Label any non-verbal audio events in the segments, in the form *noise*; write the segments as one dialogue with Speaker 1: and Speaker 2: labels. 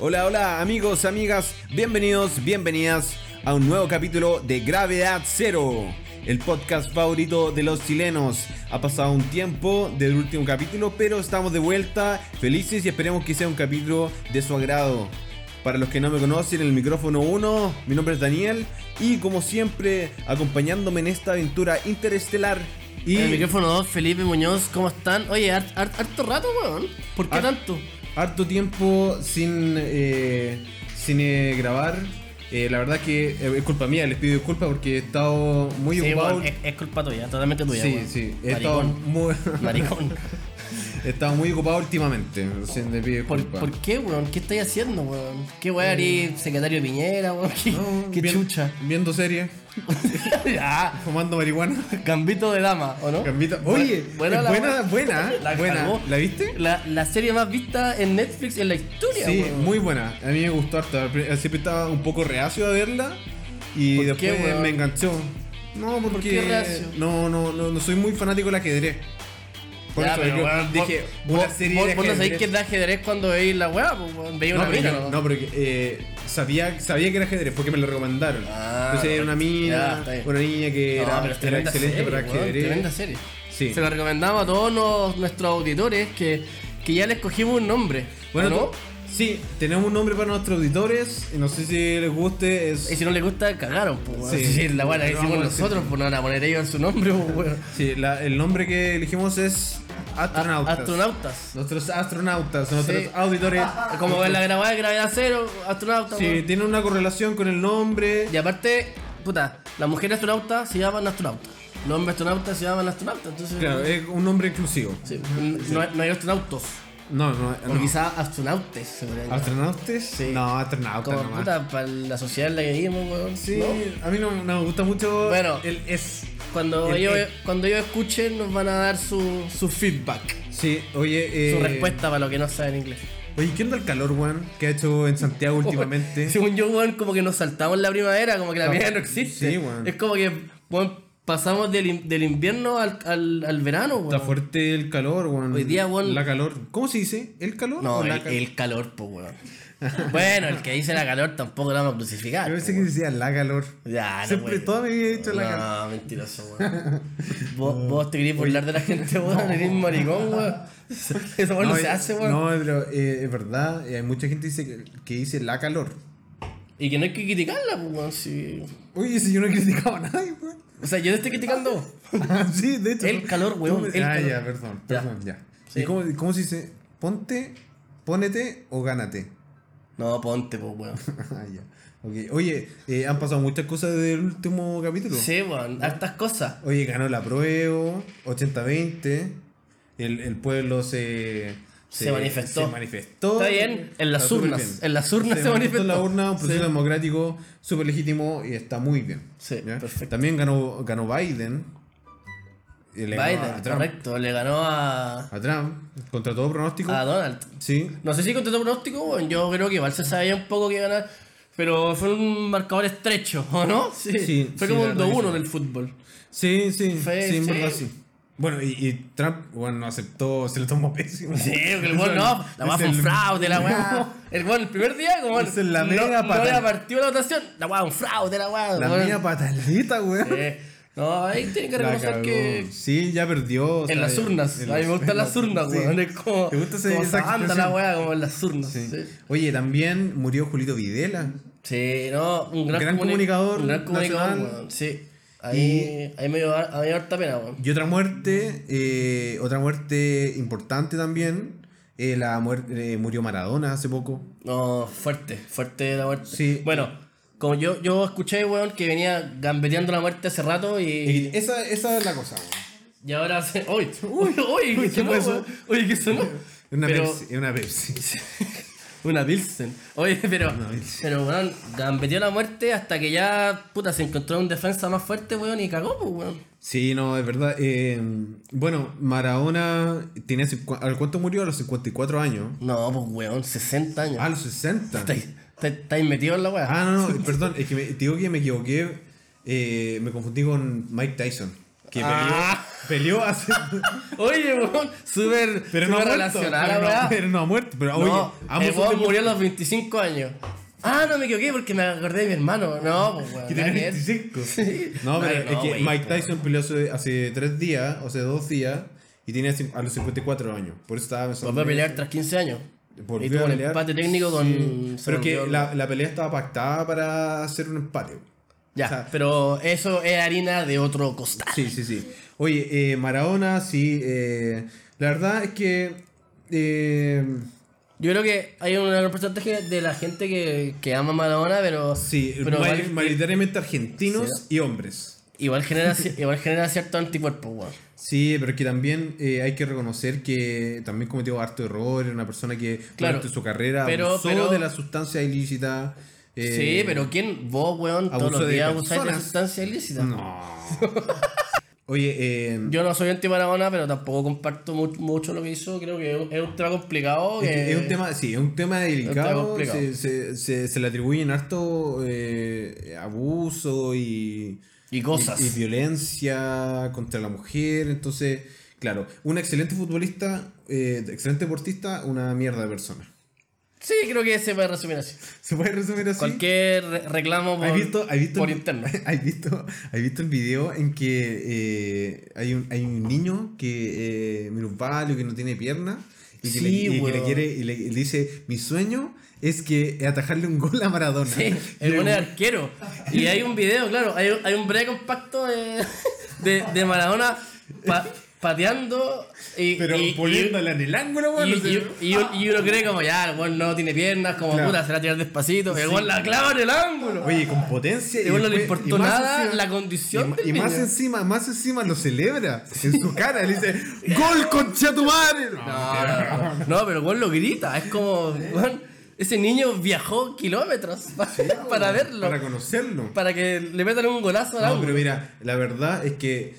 Speaker 1: Hola, hola amigos, amigas, bienvenidos, bienvenidas a un nuevo capítulo de Gravedad Cero, el podcast favorito de los chilenos. Ha pasado un tiempo del último capítulo, pero estamos de vuelta, felices y esperemos que sea un capítulo de su agrado. Para los que no me conocen, el micrófono 1, mi nombre es Daniel y como siempre acompañándome en esta aventura interestelar y...
Speaker 2: Y el micrófono 2, Felipe Muñoz, ¿cómo están? Oye, har- har- harto rato, weón. ¿Por qué
Speaker 1: Har-
Speaker 2: tanto?
Speaker 1: harto tiempo sin, eh, sin eh, grabar. Eh, la verdad que eh, es culpa mía, les pido disculpas porque he estado muy
Speaker 2: Sí,
Speaker 1: ocupado.
Speaker 2: weón, es, es culpa tuya, totalmente tuya.
Speaker 1: sí,
Speaker 2: weón.
Speaker 1: sí, he estado,
Speaker 2: Maricón.
Speaker 1: muy,
Speaker 2: *laughs* Maricón.
Speaker 1: *laughs* he estado muy ocupado últimamente. Sin les pido
Speaker 2: ¿Por,
Speaker 1: disculpas.
Speaker 2: por qué, weón? ¿Qué estáis haciendo, weón? ¿Qué weón harí secretario de Piñera, weón? ¿Qué,
Speaker 1: Eh. No,
Speaker 2: qué
Speaker 1: vien-
Speaker 2: chucha? *laughs*
Speaker 1: Viendo series,
Speaker 2: ah,
Speaker 1: fumando marihuana. *laughs*
Speaker 2: gambito de dama, ¿o no?
Speaker 1: Gambita. Oye,
Speaker 2: Bu-
Speaker 1: buena, buena,
Speaker 2: weón.
Speaker 1: buena,
Speaker 2: *laughs* La
Speaker 1: buena.
Speaker 2: cagó.
Speaker 1: ¿La viste?
Speaker 2: La, la serie más vista en Netflix en la historia,
Speaker 1: Sí,
Speaker 2: weón.
Speaker 1: muy buena. A mí me gustó harto. Al pri- al Siempre estaba un poco reacio a verla y
Speaker 2: ¿Por
Speaker 1: después
Speaker 2: qué, weón?
Speaker 1: me enganchó. No, porque
Speaker 2: qué reacio?
Speaker 1: no, no, no, no soy muy fanático del ajedrez. Por
Speaker 2: Ya,
Speaker 1: eso
Speaker 2: pero,
Speaker 1: yo
Speaker 2: weón,
Speaker 1: dije,
Speaker 2: vos-
Speaker 1: una
Speaker 2: vos-
Speaker 1: serie
Speaker 2: vos-
Speaker 1: de
Speaker 2: vos no sabéis
Speaker 1: ajedrez.
Speaker 2: que es de ajedrez cuando veis la weá, pues, weón. Veis
Speaker 1: no,
Speaker 2: una
Speaker 1: pero
Speaker 2: mina,
Speaker 1: yo-
Speaker 2: ¿no?
Speaker 1: no, pero que, eh, sabía, sabía que era ajedrez porque me lo recomendaron.
Speaker 2: Ah,
Speaker 1: Entonces era una
Speaker 2: ya,
Speaker 1: mina,
Speaker 2: está bien.
Speaker 1: una niña que
Speaker 2: No,
Speaker 1: era,
Speaker 2: pero es
Speaker 1: era
Speaker 2: tremenda
Speaker 1: excelente
Speaker 2: serie,
Speaker 1: para
Speaker 2: weón,
Speaker 1: ajedrez.
Speaker 2: tremenda serie.
Speaker 1: Sí.
Speaker 2: Se la recomendamos a todos nos- nuestros auditores que, que ya les cogimos un nombre.
Speaker 1: Bueno,
Speaker 2: Bueno, ¿no?
Speaker 1: tú- sí, tenemos un nombre para nuestros auditores. No sé si les guste. Es...
Speaker 2: Y si no les gusta, cagaron, pues, weón.
Speaker 1: Sí.
Speaker 2: Sí, *laughs* la weá la
Speaker 1: No,
Speaker 2: hicimos
Speaker 1: vamos a decir-
Speaker 2: nosotros, pues no van a poner ellos en su nombre, pues, weón.
Speaker 1: Sí, la- el nombre que elegimos es Astronautas.
Speaker 2: Astronautas.
Speaker 1: Nuestros astronautas, nuestros
Speaker 2: Sí.
Speaker 1: auditores.
Speaker 2: Como ven la grabada de gravedad cero, astronautas.
Speaker 1: Sí,
Speaker 2: weón.
Speaker 1: tiene una correlación con el nombre.
Speaker 2: Y aparte, puta, las mujeres astronautas se llaman astronautas. Los hombres astronautas se llaman astronautas. Entonces,
Speaker 1: Claro, es un nombre inclusivo.
Speaker 2: sí, no, hay- no hay astronautas.
Speaker 1: No, no,
Speaker 2: O
Speaker 1: no.
Speaker 2: quizás astronautes, seguramente.
Speaker 1: ¿Astronautas? No, astronautas
Speaker 2: Como
Speaker 1: nomás.
Speaker 2: puta, para la sociedad en la que vivimos, weón.
Speaker 1: Sí,
Speaker 2: ¿no?
Speaker 1: a mí no, no me gusta mucho
Speaker 2: Bueno.
Speaker 1: el es.
Speaker 2: Cuando
Speaker 1: El-
Speaker 2: ellos, e-,
Speaker 1: el-
Speaker 2: cuando ellos escuchen, nos van a dar su, su feedback,
Speaker 1: Sí, oye. eh,
Speaker 2: su respuesta para lo que no saben inglés.
Speaker 1: Oye, ¿qué onda el calor, weón? Que ha hecho en Santiago últimamente.
Speaker 2: *laughs*
Speaker 1: Ah,
Speaker 2: Según yo, weón, como que nos saltamos la primavera, como que la primavera no existe.
Speaker 1: Sí, weón.
Speaker 2: Es como que, weón, pasamos del, in- del invierno al, al, al verano, weón.
Speaker 1: Está fuerte el calor, weón.
Speaker 2: Hoy día, weón-
Speaker 1: La calor. ¿Cómo se dice? ¿El calor?
Speaker 2: No,
Speaker 1: o
Speaker 2: el,
Speaker 1: la calor?
Speaker 2: el calor, pues, weón. bueno, el que dice la calor tampoco lo vamos a crucificar.
Speaker 1: Yo
Speaker 2: po,
Speaker 1: pensé que decía la calor.
Speaker 2: weón. Ya, no,
Speaker 1: Siempre
Speaker 2: weón.
Speaker 1: toda mi vida he dicho la calor.
Speaker 2: No, mentiroso,
Speaker 1: *laughs*
Speaker 2: weón. ¿Vos, vos te querés burlar de la gente, weón. Eres un maricón,
Speaker 1: *laughs*
Speaker 2: weón. Eso weón, no,
Speaker 1: eh,
Speaker 2: se hace, weón.
Speaker 1: No, pero eh, es verdad, eh, hay mucha gente dice que, que dice la calor.
Speaker 2: Y que no hay que criticarla, pues, weón. Si...
Speaker 1: Oye, si yo no he criticado a nadie, weón. *laughs*
Speaker 2: O sea, yo te estoy criticando.
Speaker 1: Ah, sí, de hecho.
Speaker 2: El calor, weón,
Speaker 1: Tú me-
Speaker 2: el
Speaker 1: ah,
Speaker 2: calor.
Speaker 1: ya, perdón,
Speaker 2: Ya.
Speaker 1: perdón, ya.
Speaker 2: Sí.
Speaker 1: ¿Y cómo, cómo se dice? Ponte, pónete o gánate. *laughs*
Speaker 2: No, ponte, pues, weón.
Speaker 1: Ah, ya. Ok. Oye, eh, han pasado muchas cosas del último capítulo.
Speaker 2: Sí, weón. Hartas cosas.
Speaker 1: Oye, ganó la prueba, 80-20. El, el pueblo se,
Speaker 2: Se manifestó.
Speaker 1: se manifestó.
Speaker 2: Está bien, en las
Speaker 1: Está súper
Speaker 2: urnas,
Speaker 1: bien.
Speaker 2: en las urnas se
Speaker 1: en la
Speaker 2: manifestó.
Speaker 1: urna, un proceso
Speaker 2: Sí.
Speaker 1: democrático súper legítimo y está muy bien.
Speaker 2: Sí, perfecto.
Speaker 1: También ganó, ganó Biden. Y le ganó
Speaker 2: Biden,
Speaker 1: a Trump.
Speaker 2: correcto. Le ganó a,
Speaker 1: A Trump, contra todo pronóstico.
Speaker 2: a Donald.
Speaker 1: Sí.
Speaker 2: No sé si con todo pronóstico, weón. Yo creo que igual se sabía un poco que ganar. Pero fue un marcador estrecho, ¿o no? Sí.
Speaker 1: Sí,
Speaker 2: fue
Speaker 1: sí,
Speaker 2: como
Speaker 1: la
Speaker 2: un
Speaker 1: verdad que
Speaker 2: 2-1
Speaker 1: sí.
Speaker 2: en el fútbol.
Speaker 1: Sí, sí,
Speaker 2: Fue-
Speaker 1: sí, en
Speaker 2: sí.
Speaker 1: verdad sí. Bueno, y, y Trump, bueno, no aceptó, se lo tomó pésimo. *laughs*
Speaker 2: Sí, porque el weón no, la weá
Speaker 1: Es
Speaker 2: fue un
Speaker 1: el- *laughs*
Speaker 2: fraude, la weá. El weón, el primer día, como
Speaker 1: Es en la
Speaker 2: no,
Speaker 1: mega
Speaker 2: no
Speaker 1: pata-
Speaker 2: le partió la votación, la weá, un fraude, la weá.
Speaker 1: La
Speaker 2: weón.
Speaker 1: mía patalita, weón.
Speaker 2: Sí. No, ahí tienen que
Speaker 1: La
Speaker 2: reconocer
Speaker 1: cagó.
Speaker 2: que.
Speaker 1: Sí, ya perdió. o sea,
Speaker 2: En las urnas,
Speaker 1: en
Speaker 2: a mí
Speaker 1: las-
Speaker 2: me gustan
Speaker 1: en
Speaker 2: las
Speaker 1: *laughs*
Speaker 2: urnas,
Speaker 1: sí.
Speaker 2: weón. Es como.
Speaker 1: ¿Te gusta ese-
Speaker 2: como
Speaker 1: esa
Speaker 2: esa banda la
Speaker 1: expresión?
Speaker 2: weá, como en las urnas. Sí,
Speaker 1: Sí. Oye, también murió Julito Videla.
Speaker 2: Sí, no, un gran,
Speaker 1: Gran
Speaker 2: comuni-
Speaker 1: comunicador
Speaker 2: Un gran comunicador,
Speaker 1: nacional.
Speaker 2: weón. Sí. Ahí, ahí me dio har- a mí me dio harta pena, weón.
Speaker 1: Y otra muerte, eh, otra muerte importante también, eh, la muerte, murió Maradona hace poco.
Speaker 2: No, fuerte, fuerte la muerte.
Speaker 1: Sí.
Speaker 2: Bueno, como yo, yo escuché, weón, que venía gambeteando la muerte hace rato
Speaker 1: Y esa, esa es la cosa. weón.
Speaker 2: Y ahora se. ¡Uy! ¡Uy! ¡Uy! ¿Qué sonó,
Speaker 1: fue eso?
Speaker 2: weón? Oye, ¿qué sonó?
Speaker 1: Es una
Speaker 2: Pero-
Speaker 1: Pepsi. Es una Pepsi.
Speaker 2: Una Pilsen. Oye, pero.
Speaker 1: Pilsen.
Speaker 2: Pero, weón, gambeteó la muerte hasta que ya, puta, se encontró un defensa más fuerte, weón, y cagó, pues, weón.
Speaker 1: Sí, no, es verdad. eh, bueno, Maradona tiene... cincu- a ver, ¿Cuánto murió? A los 54 años.
Speaker 2: No, pues, weón, 60 años.
Speaker 1: A los 60.
Speaker 2: Estáis estáis metidos en la weá.
Speaker 1: Ah, no, no, perdón, es que me, te digo que me equivoqué. eh, me confundí con Mike Tyson.
Speaker 3: que peleó,
Speaker 2: Ah.
Speaker 3: peleó hace.
Speaker 2: Oye, weón, súper
Speaker 3: Pero no ha
Speaker 2: súper
Speaker 3: muerto.
Speaker 2: relacionada
Speaker 3: Pero
Speaker 2: la
Speaker 3: no,
Speaker 2: weá.
Speaker 3: pero no ha muerto. Pero oye,
Speaker 2: No,
Speaker 3: ambos
Speaker 2: el
Speaker 3: son
Speaker 2: weón
Speaker 3: de-
Speaker 2: murió a los 25 años. Ah, no me equivoqué porque me acordé de mi hermano. No, pues weón.
Speaker 3: Que tiene
Speaker 2: nada que ver.
Speaker 3: 25.
Speaker 2: *laughs* Sí.
Speaker 1: No, pero
Speaker 2: Ay,
Speaker 1: es que
Speaker 2: wey,
Speaker 1: Mike
Speaker 2: po.
Speaker 1: Tyson peleó hace, hace tres días, o sea, dos días, y tenía cin- a los 54 años. Por eso estaba pensando.
Speaker 2: Volvió a
Speaker 1: que-
Speaker 2: pelear tras 15 años.
Speaker 1: Volvió
Speaker 2: y tuvo
Speaker 1: a
Speaker 2: un
Speaker 1: pelear.
Speaker 2: empate técnico con.
Speaker 1: Pero es que
Speaker 2: Sorrentino.
Speaker 1: la, la pelea estaba pactada para hacer un empate.
Speaker 2: Ya,
Speaker 1: O sea,
Speaker 2: pero eso es harina de otro costal.
Speaker 1: Sí, sí, sí. Oye, eh, Maradona, sí. eh, la verdad es que. eh,
Speaker 2: Yo creo que hay un gran porcentaje de la gente que, que ama Maradona, pero.
Speaker 1: sí,
Speaker 2: pero
Speaker 1: ma-
Speaker 2: igual, eh,
Speaker 1: mayoritariamente argentinos y hombres.
Speaker 2: igual genera, ci- igual genera cierto anticuerpo, weón.
Speaker 1: Sí, pero que también eh, hay que reconocer que también cometió harto error. Era una persona que
Speaker 2: Claro.
Speaker 1: durante su carrera
Speaker 2: Pero-
Speaker 1: abusó
Speaker 2: pero-
Speaker 1: de la sustancia ilícita. *laughs* eh,
Speaker 2: sí, pero ¿quién? Vos, weón, todos
Speaker 1: abuso
Speaker 2: los
Speaker 1: de
Speaker 2: días usáis de
Speaker 1: personas.
Speaker 2: sustancia ilícita. *laughs*
Speaker 1: No. Oye, eh,
Speaker 2: Yo no soy anti-Maradona, pero tampoco comparto mu- mucho lo que hizo. Creo que es un- es un tema complicado.
Speaker 1: Es que
Speaker 2: que-
Speaker 1: es un tema, sí, es un tema delicado.
Speaker 2: complicado.
Speaker 1: se, se- se- se le atribuyen harto eh, abuso y,
Speaker 2: Y cosas.
Speaker 1: y- y violencia contra la mujer. Entonces, claro, un excelente futbolista, eh, excelente deportista, una mierda de persona. *laughs*
Speaker 2: Sí, creo que se puede resumir así.
Speaker 1: ¿Se puede resumir así?
Speaker 2: Cualquier re- reclamo por,
Speaker 1: ¿Has visto, has visto
Speaker 2: por
Speaker 1: el-
Speaker 2: interno.
Speaker 1: *laughs* ¿Has visto, has visto el video en que eh, hay, un, hay un niño que eh, minusválido, que no tiene pierna y que, le,
Speaker 2: Sí,
Speaker 1: y que le
Speaker 2: weón.
Speaker 1: quiere y le, y le dice, mi sueño es que atajarle un gol a Maradona. *laughs*
Speaker 2: Sí,
Speaker 1: Y el
Speaker 2: el buen es
Speaker 1: weón-
Speaker 2: arquero. Y hay un video, claro, hay, hay un breve compacto de, de, de Maradona pa- pateando y,
Speaker 3: Pero
Speaker 2: y- y-
Speaker 3: poniéndola en el ángulo, weón.
Speaker 2: y-
Speaker 3: no sé.
Speaker 2: y- y- y uno cree como ya, el buen no tiene piernas, como
Speaker 1: Claro.
Speaker 2: puta, se la va a tirar despacito, el buen la clava en el ángulo.
Speaker 1: Oye, con potencia.
Speaker 2: El weón no le
Speaker 1: después-
Speaker 2: importó
Speaker 1: más
Speaker 2: nada la condición
Speaker 1: y ma-
Speaker 2: del
Speaker 1: Y, más
Speaker 2: niño.
Speaker 1: encima, más encima lo celebra en
Speaker 2: *laughs*
Speaker 1: su cara. Le dice, gol concha tu madre.
Speaker 2: No, no, no. No, pero el weón lo grita, es como, weón, ese niño viajó kilómetros pa- *laughs* para, verlo,
Speaker 1: Para
Speaker 2: para,
Speaker 1: conocerlo.
Speaker 2: que le metan un golazo al
Speaker 1: No,
Speaker 2: ángulo.
Speaker 1: pero mira, la verdad es que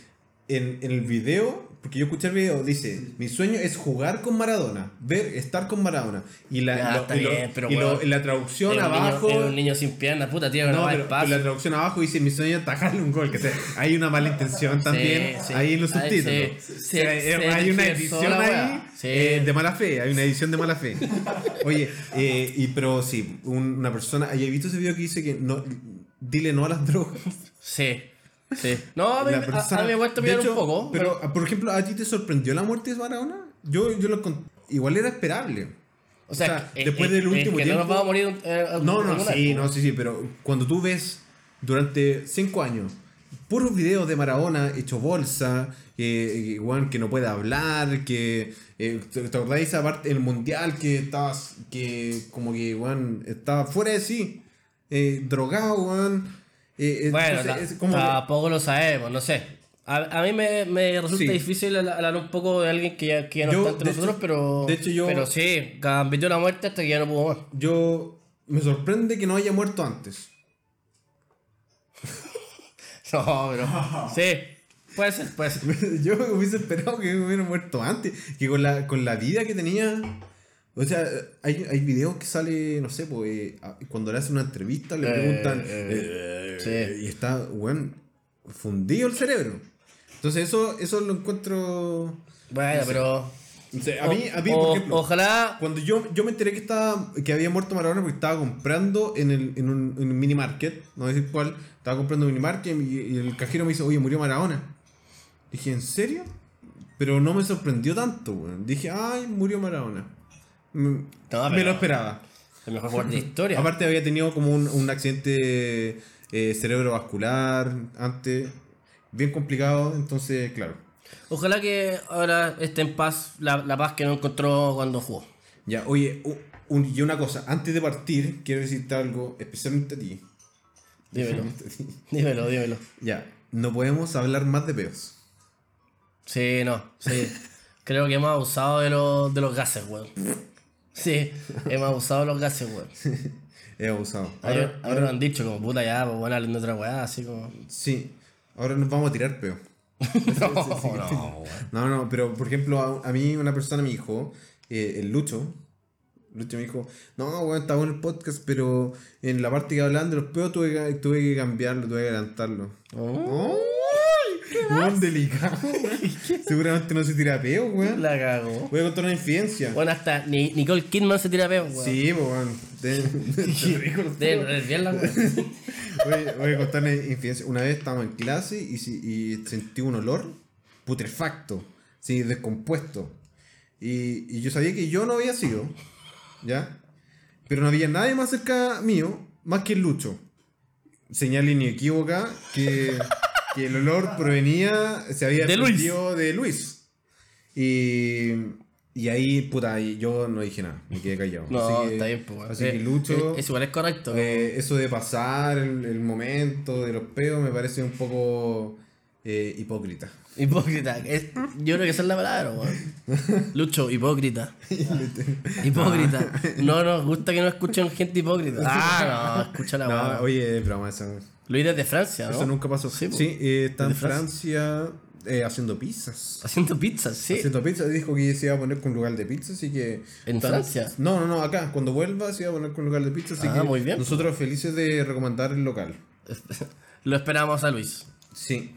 Speaker 1: en, en el video, porque yo escuché el video, dice, mi sueño es jugar con Maradona, ver, estar con Maradona. Y la,
Speaker 2: Ya,
Speaker 1: y lo-
Speaker 2: está
Speaker 1: y lo-
Speaker 2: bien, pero
Speaker 1: y lo-
Speaker 2: weón,
Speaker 1: en la traducción
Speaker 2: Era un niño-
Speaker 1: abajo...
Speaker 2: era un niño sin piernas, puta, tío,
Speaker 1: no,
Speaker 2: no,
Speaker 1: pero- pero la traducción abajo dice mi sueño es atajarle un gol. Que sea, hay una mala intención también
Speaker 2: sí.
Speaker 1: ahí en los
Speaker 2: Ay,
Speaker 1: subtítulos.
Speaker 2: sí,
Speaker 1: O
Speaker 2: sí,
Speaker 1: sea,
Speaker 2: sí,
Speaker 1: eh, hay una
Speaker 2: sí,
Speaker 1: edición
Speaker 2: sola,
Speaker 1: ahí
Speaker 2: weá. Sí.
Speaker 1: eh, de mala fe. Hay una edición de mala fe. Oye, eh, y, pero sí, un- una persona. Ahí he visto ese video que dice que no, dile no a las drogas.
Speaker 2: Sí, sí. No, *laughs* a mí,
Speaker 1: La
Speaker 2: a-
Speaker 1: persona-
Speaker 2: a mí me
Speaker 1: de
Speaker 2: cuesta pillar
Speaker 1: hecho,
Speaker 2: un poco.
Speaker 1: Pero, ah, por ejemplo, ¿a ti te sorprendió la muerte de Maradona? Yo, yo lo con- Igual era esperable.
Speaker 2: o sea, es-
Speaker 1: después
Speaker 2: es-
Speaker 1: del
Speaker 2: es
Speaker 1: último
Speaker 2: que
Speaker 1: tiempo.
Speaker 2: No nos vamos a morir. un- eh,
Speaker 1: No, no,
Speaker 2: alguna
Speaker 1: sí,
Speaker 2: vez.
Speaker 1: no, sí, sí, pero cuando tú ves durante cinco años puros videos de Maradona hecho bolsa, que, que, weón, que no puede hablar, que eh, ¿te te acordás de esa parte el mundial que estabas que como que weón, estaba fuera de sí, eh, drogado, weón. Eh, eh,
Speaker 2: Bueno,
Speaker 1: entonces,
Speaker 2: ta-
Speaker 1: es como que-
Speaker 2: tampoco lo sabemos, no sé. A, a mí me, me resulta
Speaker 1: Sí.
Speaker 2: difícil hablar- hablar un poco de alguien que ya, que ya no
Speaker 1: Yo,
Speaker 2: está entre
Speaker 1: de
Speaker 2: nosotros,
Speaker 1: hecho-
Speaker 2: pero.
Speaker 1: de hecho, yo-
Speaker 2: Pero sí, cambió la muerte hasta que ya no pudo más. *laughs*
Speaker 1: Yo me sorprende que no haya muerto antes.
Speaker 2: No,
Speaker 1: *laughs*
Speaker 2: pero. Sí, puede ser, puede ser.
Speaker 1: Yo hubiese esperado que hubiera muerto antes. Que con la, con la vida que tenía. O sea, hay, hay videos que sale, no sé, pues, eh, a- cuando le hacen una entrevista le
Speaker 2: Eh,
Speaker 1: preguntan.
Speaker 2: eh,
Speaker 1: eh, Y está, weón, fundido el cerebro. Entonces, eso, eso lo encuentro.
Speaker 2: Bueno, pero.
Speaker 1: o sea, a mí, a mí
Speaker 2: o-
Speaker 1: por ejemplo.
Speaker 2: Ojalá.
Speaker 1: Cuando yo, yo me enteré que estaba que había muerto Maradona porque estaba comprando en, el, en, un, en un mini market, no voy a decir cuál, estaba comprando en un mini market y, y el cajero me dice, oye, murió Maradona. Dije, ¿en serio? Pero no me sorprendió tanto, weón. Dije, ay, murió Maradona. Mm,
Speaker 2: Ah, pero-
Speaker 1: me lo esperaba.
Speaker 2: El mejor
Speaker 1: *laughs*
Speaker 2: jugador de la historia.
Speaker 1: Aparte había tenido como un, un accidente eh, cerebrovascular antes, bien complicado, entonces, claro.
Speaker 2: Ojalá que ahora esté en paz la, la paz que no encontró cuando jugó. *laughs*
Speaker 1: Ya, oye, u- un- y una cosa, antes de partir, quiero decirte algo especialmente a ti.
Speaker 2: Dímelo, dímelo, dímelo.
Speaker 1: Ya, no podemos hablar más de peos.
Speaker 2: Sí, no, sí. Creo que hemos abusado de, los de los gases, weón. Sí, hemos abusado de los gases, weón.
Speaker 1: He abusado.
Speaker 2: Ahora,
Speaker 1: Ahora,
Speaker 2: ahora nos han dicho como puta ya, pues bueno, hablando de otra weá, así como.
Speaker 1: sí, ahora nos vamos a tirar
Speaker 2: *laughs*
Speaker 1: peo.
Speaker 2: No, no, weón.
Speaker 1: No, no, pero por ejemplo, a, a mí una persona me dijo, eh, el Lucho, Lucho me dijo, no, weón, está bueno el podcast, pero en la parte que hablaban de los peos tuve, que- tuve que cambiarlo, tuve que adelantarlo. ¡Ay! Weón delicado,
Speaker 2: *laughs*
Speaker 1: weón. Seguramente no se tira peo, weón.
Speaker 2: La cagó.
Speaker 1: Voy a contar una infidencia.
Speaker 2: Bueno, hasta Ni- Nicole Kidman se tira peo, weón.
Speaker 1: Sí, *laughs* pues,
Speaker 2: *laughs*
Speaker 1: weón. Te- ridículo.
Speaker 2: Deben revertirla, weón.
Speaker 1: Voy, voy a contar una infidencia. Una vez estábamos en clase y, si- y sentí un olor putrefacto, sí, descompuesto. Y, y yo sabía que yo no había sido, ¿ya? Pero no había nadie más cerca mío, más que el Lucho. Señal inequívoca que, que el olor provenía, se había
Speaker 2: De Luis.
Speaker 1: desprendido de Luis. Y, y ahí, puta, y yo no dije nada, me quedé callado.
Speaker 2: No,
Speaker 1: Así que-
Speaker 2: está bien, pues, weón.
Speaker 1: Así que
Speaker 2: Eh,
Speaker 1: Lucho...
Speaker 2: eh, Es igual, es correcto.
Speaker 1: Eh, eso de pasar el, el momento de los peos me parece un poco eh, hipócrita.
Speaker 2: Hipócrita. Es- yo creo que esa es la palabra, weón. Lucho, hipócrita. hipócrita. No nos gusta que no escuchen gente hipócrita. Ah, no, escúchala,
Speaker 1: No,
Speaker 2: weón.
Speaker 1: oye, es broma, eso,
Speaker 2: Luis desde Francia, ¿no?
Speaker 1: eso nunca pasó.
Speaker 2: Sí,
Speaker 1: Sí,
Speaker 2: po.
Speaker 1: eh, está en
Speaker 2: Desde
Speaker 1: Francia eh, haciendo pizzas.
Speaker 2: Haciendo pizzas, sí.
Speaker 1: Haciendo pizzas, dijo que se iba a poner con lugar de pizza, así que...
Speaker 2: ¿En
Speaker 1: Tan-
Speaker 2: Francia?
Speaker 1: No, no, no, acá, cuando vuelva se iba a poner con lugar de pizza, así
Speaker 2: Ah,
Speaker 1: que
Speaker 2: muy bien, po.
Speaker 1: nosotros felices de recomendar el local.
Speaker 2: Lo esperamos a Luis.
Speaker 1: Sí.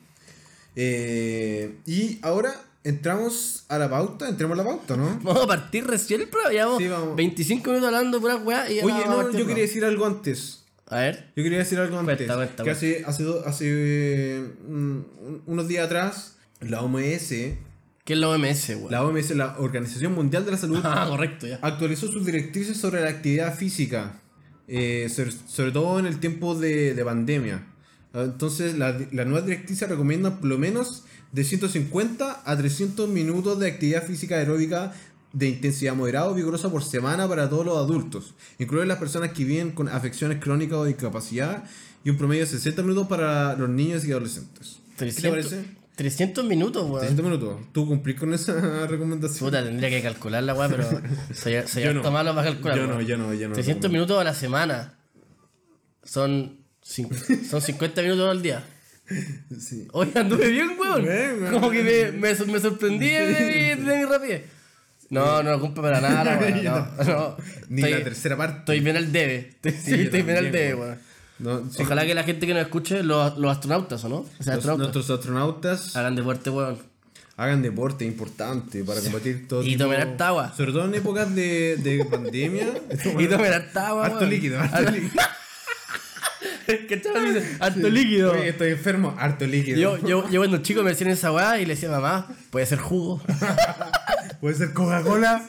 Speaker 1: Eh, y ahora entramos a la pauta, entremos a la pauta, ¿no?
Speaker 2: Vamos a partir recién el programa. Llevamos
Speaker 1: Sí, vamos.
Speaker 2: 25 minutos hablando de pura weá. Y ya
Speaker 1: Oye,
Speaker 2: vamos a
Speaker 1: no,
Speaker 2: partir
Speaker 1: yo
Speaker 2: el
Speaker 1: quería decir algo antes.
Speaker 2: programa. A ver.
Speaker 1: Yo quería decir algo antes.
Speaker 2: Cuenta, cuenta,
Speaker 1: que
Speaker 2: cuenta.
Speaker 1: hace, hace, do- hace eh, un- unos días atrás, la OMS,
Speaker 2: ¿Qué es la OMS, weón?
Speaker 1: la OMS, la Organización Mundial de la Salud,
Speaker 2: *laughs* Ah, correcto, ya.
Speaker 1: actualizó sus directrices sobre la actividad física, eh, sobre, sobre todo en el tiempo de, de pandemia. Ah, Entonces, la, di- la nueva directriz recomienda por lo menos de 150 a 300 minutos de actividad física aeróbica de intensidad moderada o vigorosa por semana para todos los adultos, incluidas las personas que viven con afecciones crónicas o discapacidad, y un promedio de 60 minutos para los niños y adolescentes. ¿Qué te
Speaker 2: 300,
Speaker 1: parece?
Speaker 2: 300 minutos, weón.
Speaker 1: 300 minutos. ¿Tú cumplís con esa *laughs* recomendación?
Speaker 2: Puta, tendría que calcular la weá, pero soy, soy
Speaker 1: Yo
Speaker 2: harto
Speaker 1: no.
Speaker 2: malo para calcular.
Speaker 1: Yo
Speaker 2: weón.
Speaker 1: no, yo no, yo no.
Speaker 2: 300 minutos a la semana. Son, cin- son 50 minutos al día.
Speaker 1: Sí.
Speaker 2: Hoy anduve bien, weón.
Speaker 1: Bien, weón.
Speaker 2: Como que me, me, sor- me sorprendí de mi, de mi
Speaker 1: *laughs*
Speaker 2: rapidez. No, no lo cumple para nada, la weá, no, no.
Speaker 1: Ni la
Speaker 2: Estoy-
Speaker 1: tercera parte.
Speaker 2: Estoy bien al debe. Estoy, sí,
Speaker 1: yo
Speaker 2: estoy bien al
Speaker 1: también,
Speaker 2: debe,
Speaker 1: weón.
Speaker 2: weón.
Speaker 1: No, sí.
Speaker 2: Ojalá que la gente que nos escuche, los, los astronautas, ¿o no? O sea,
Speaker 1: Los-
Speaker 2: astronautas.
Speaker 1: nuestros astronautas
Speaker 2: Hagan
Speaker 1: *laughs*
Speaker 2: deporte, weón.
Speaker 1: hagan deporte importante para combatir todo
Speaker 2: Y
Speaker 1: tipo-
Speaker 2: tomen harta agua.
Speaker 1: Sobre todo en épocas de, de pandemia.
Speaker 2: *laughs* Y tomen harta agua,
Speaker 1: Harto
Speaker 2: weón.
Speaker 1: líquido, harto
Speaker 2: Harto-
Speaker 1: líquido.
Speaker 2: ¿Qué chaval dice? Harto líquido.
Speaker 1: Oye, estoy enfermo, harto líquido.
Speaker 2: Yo, yo, yo cuando chico me decían esa weá y le decía, mamá, puede ser jugo.
Speaker 1: Puede ser Coca-Cola,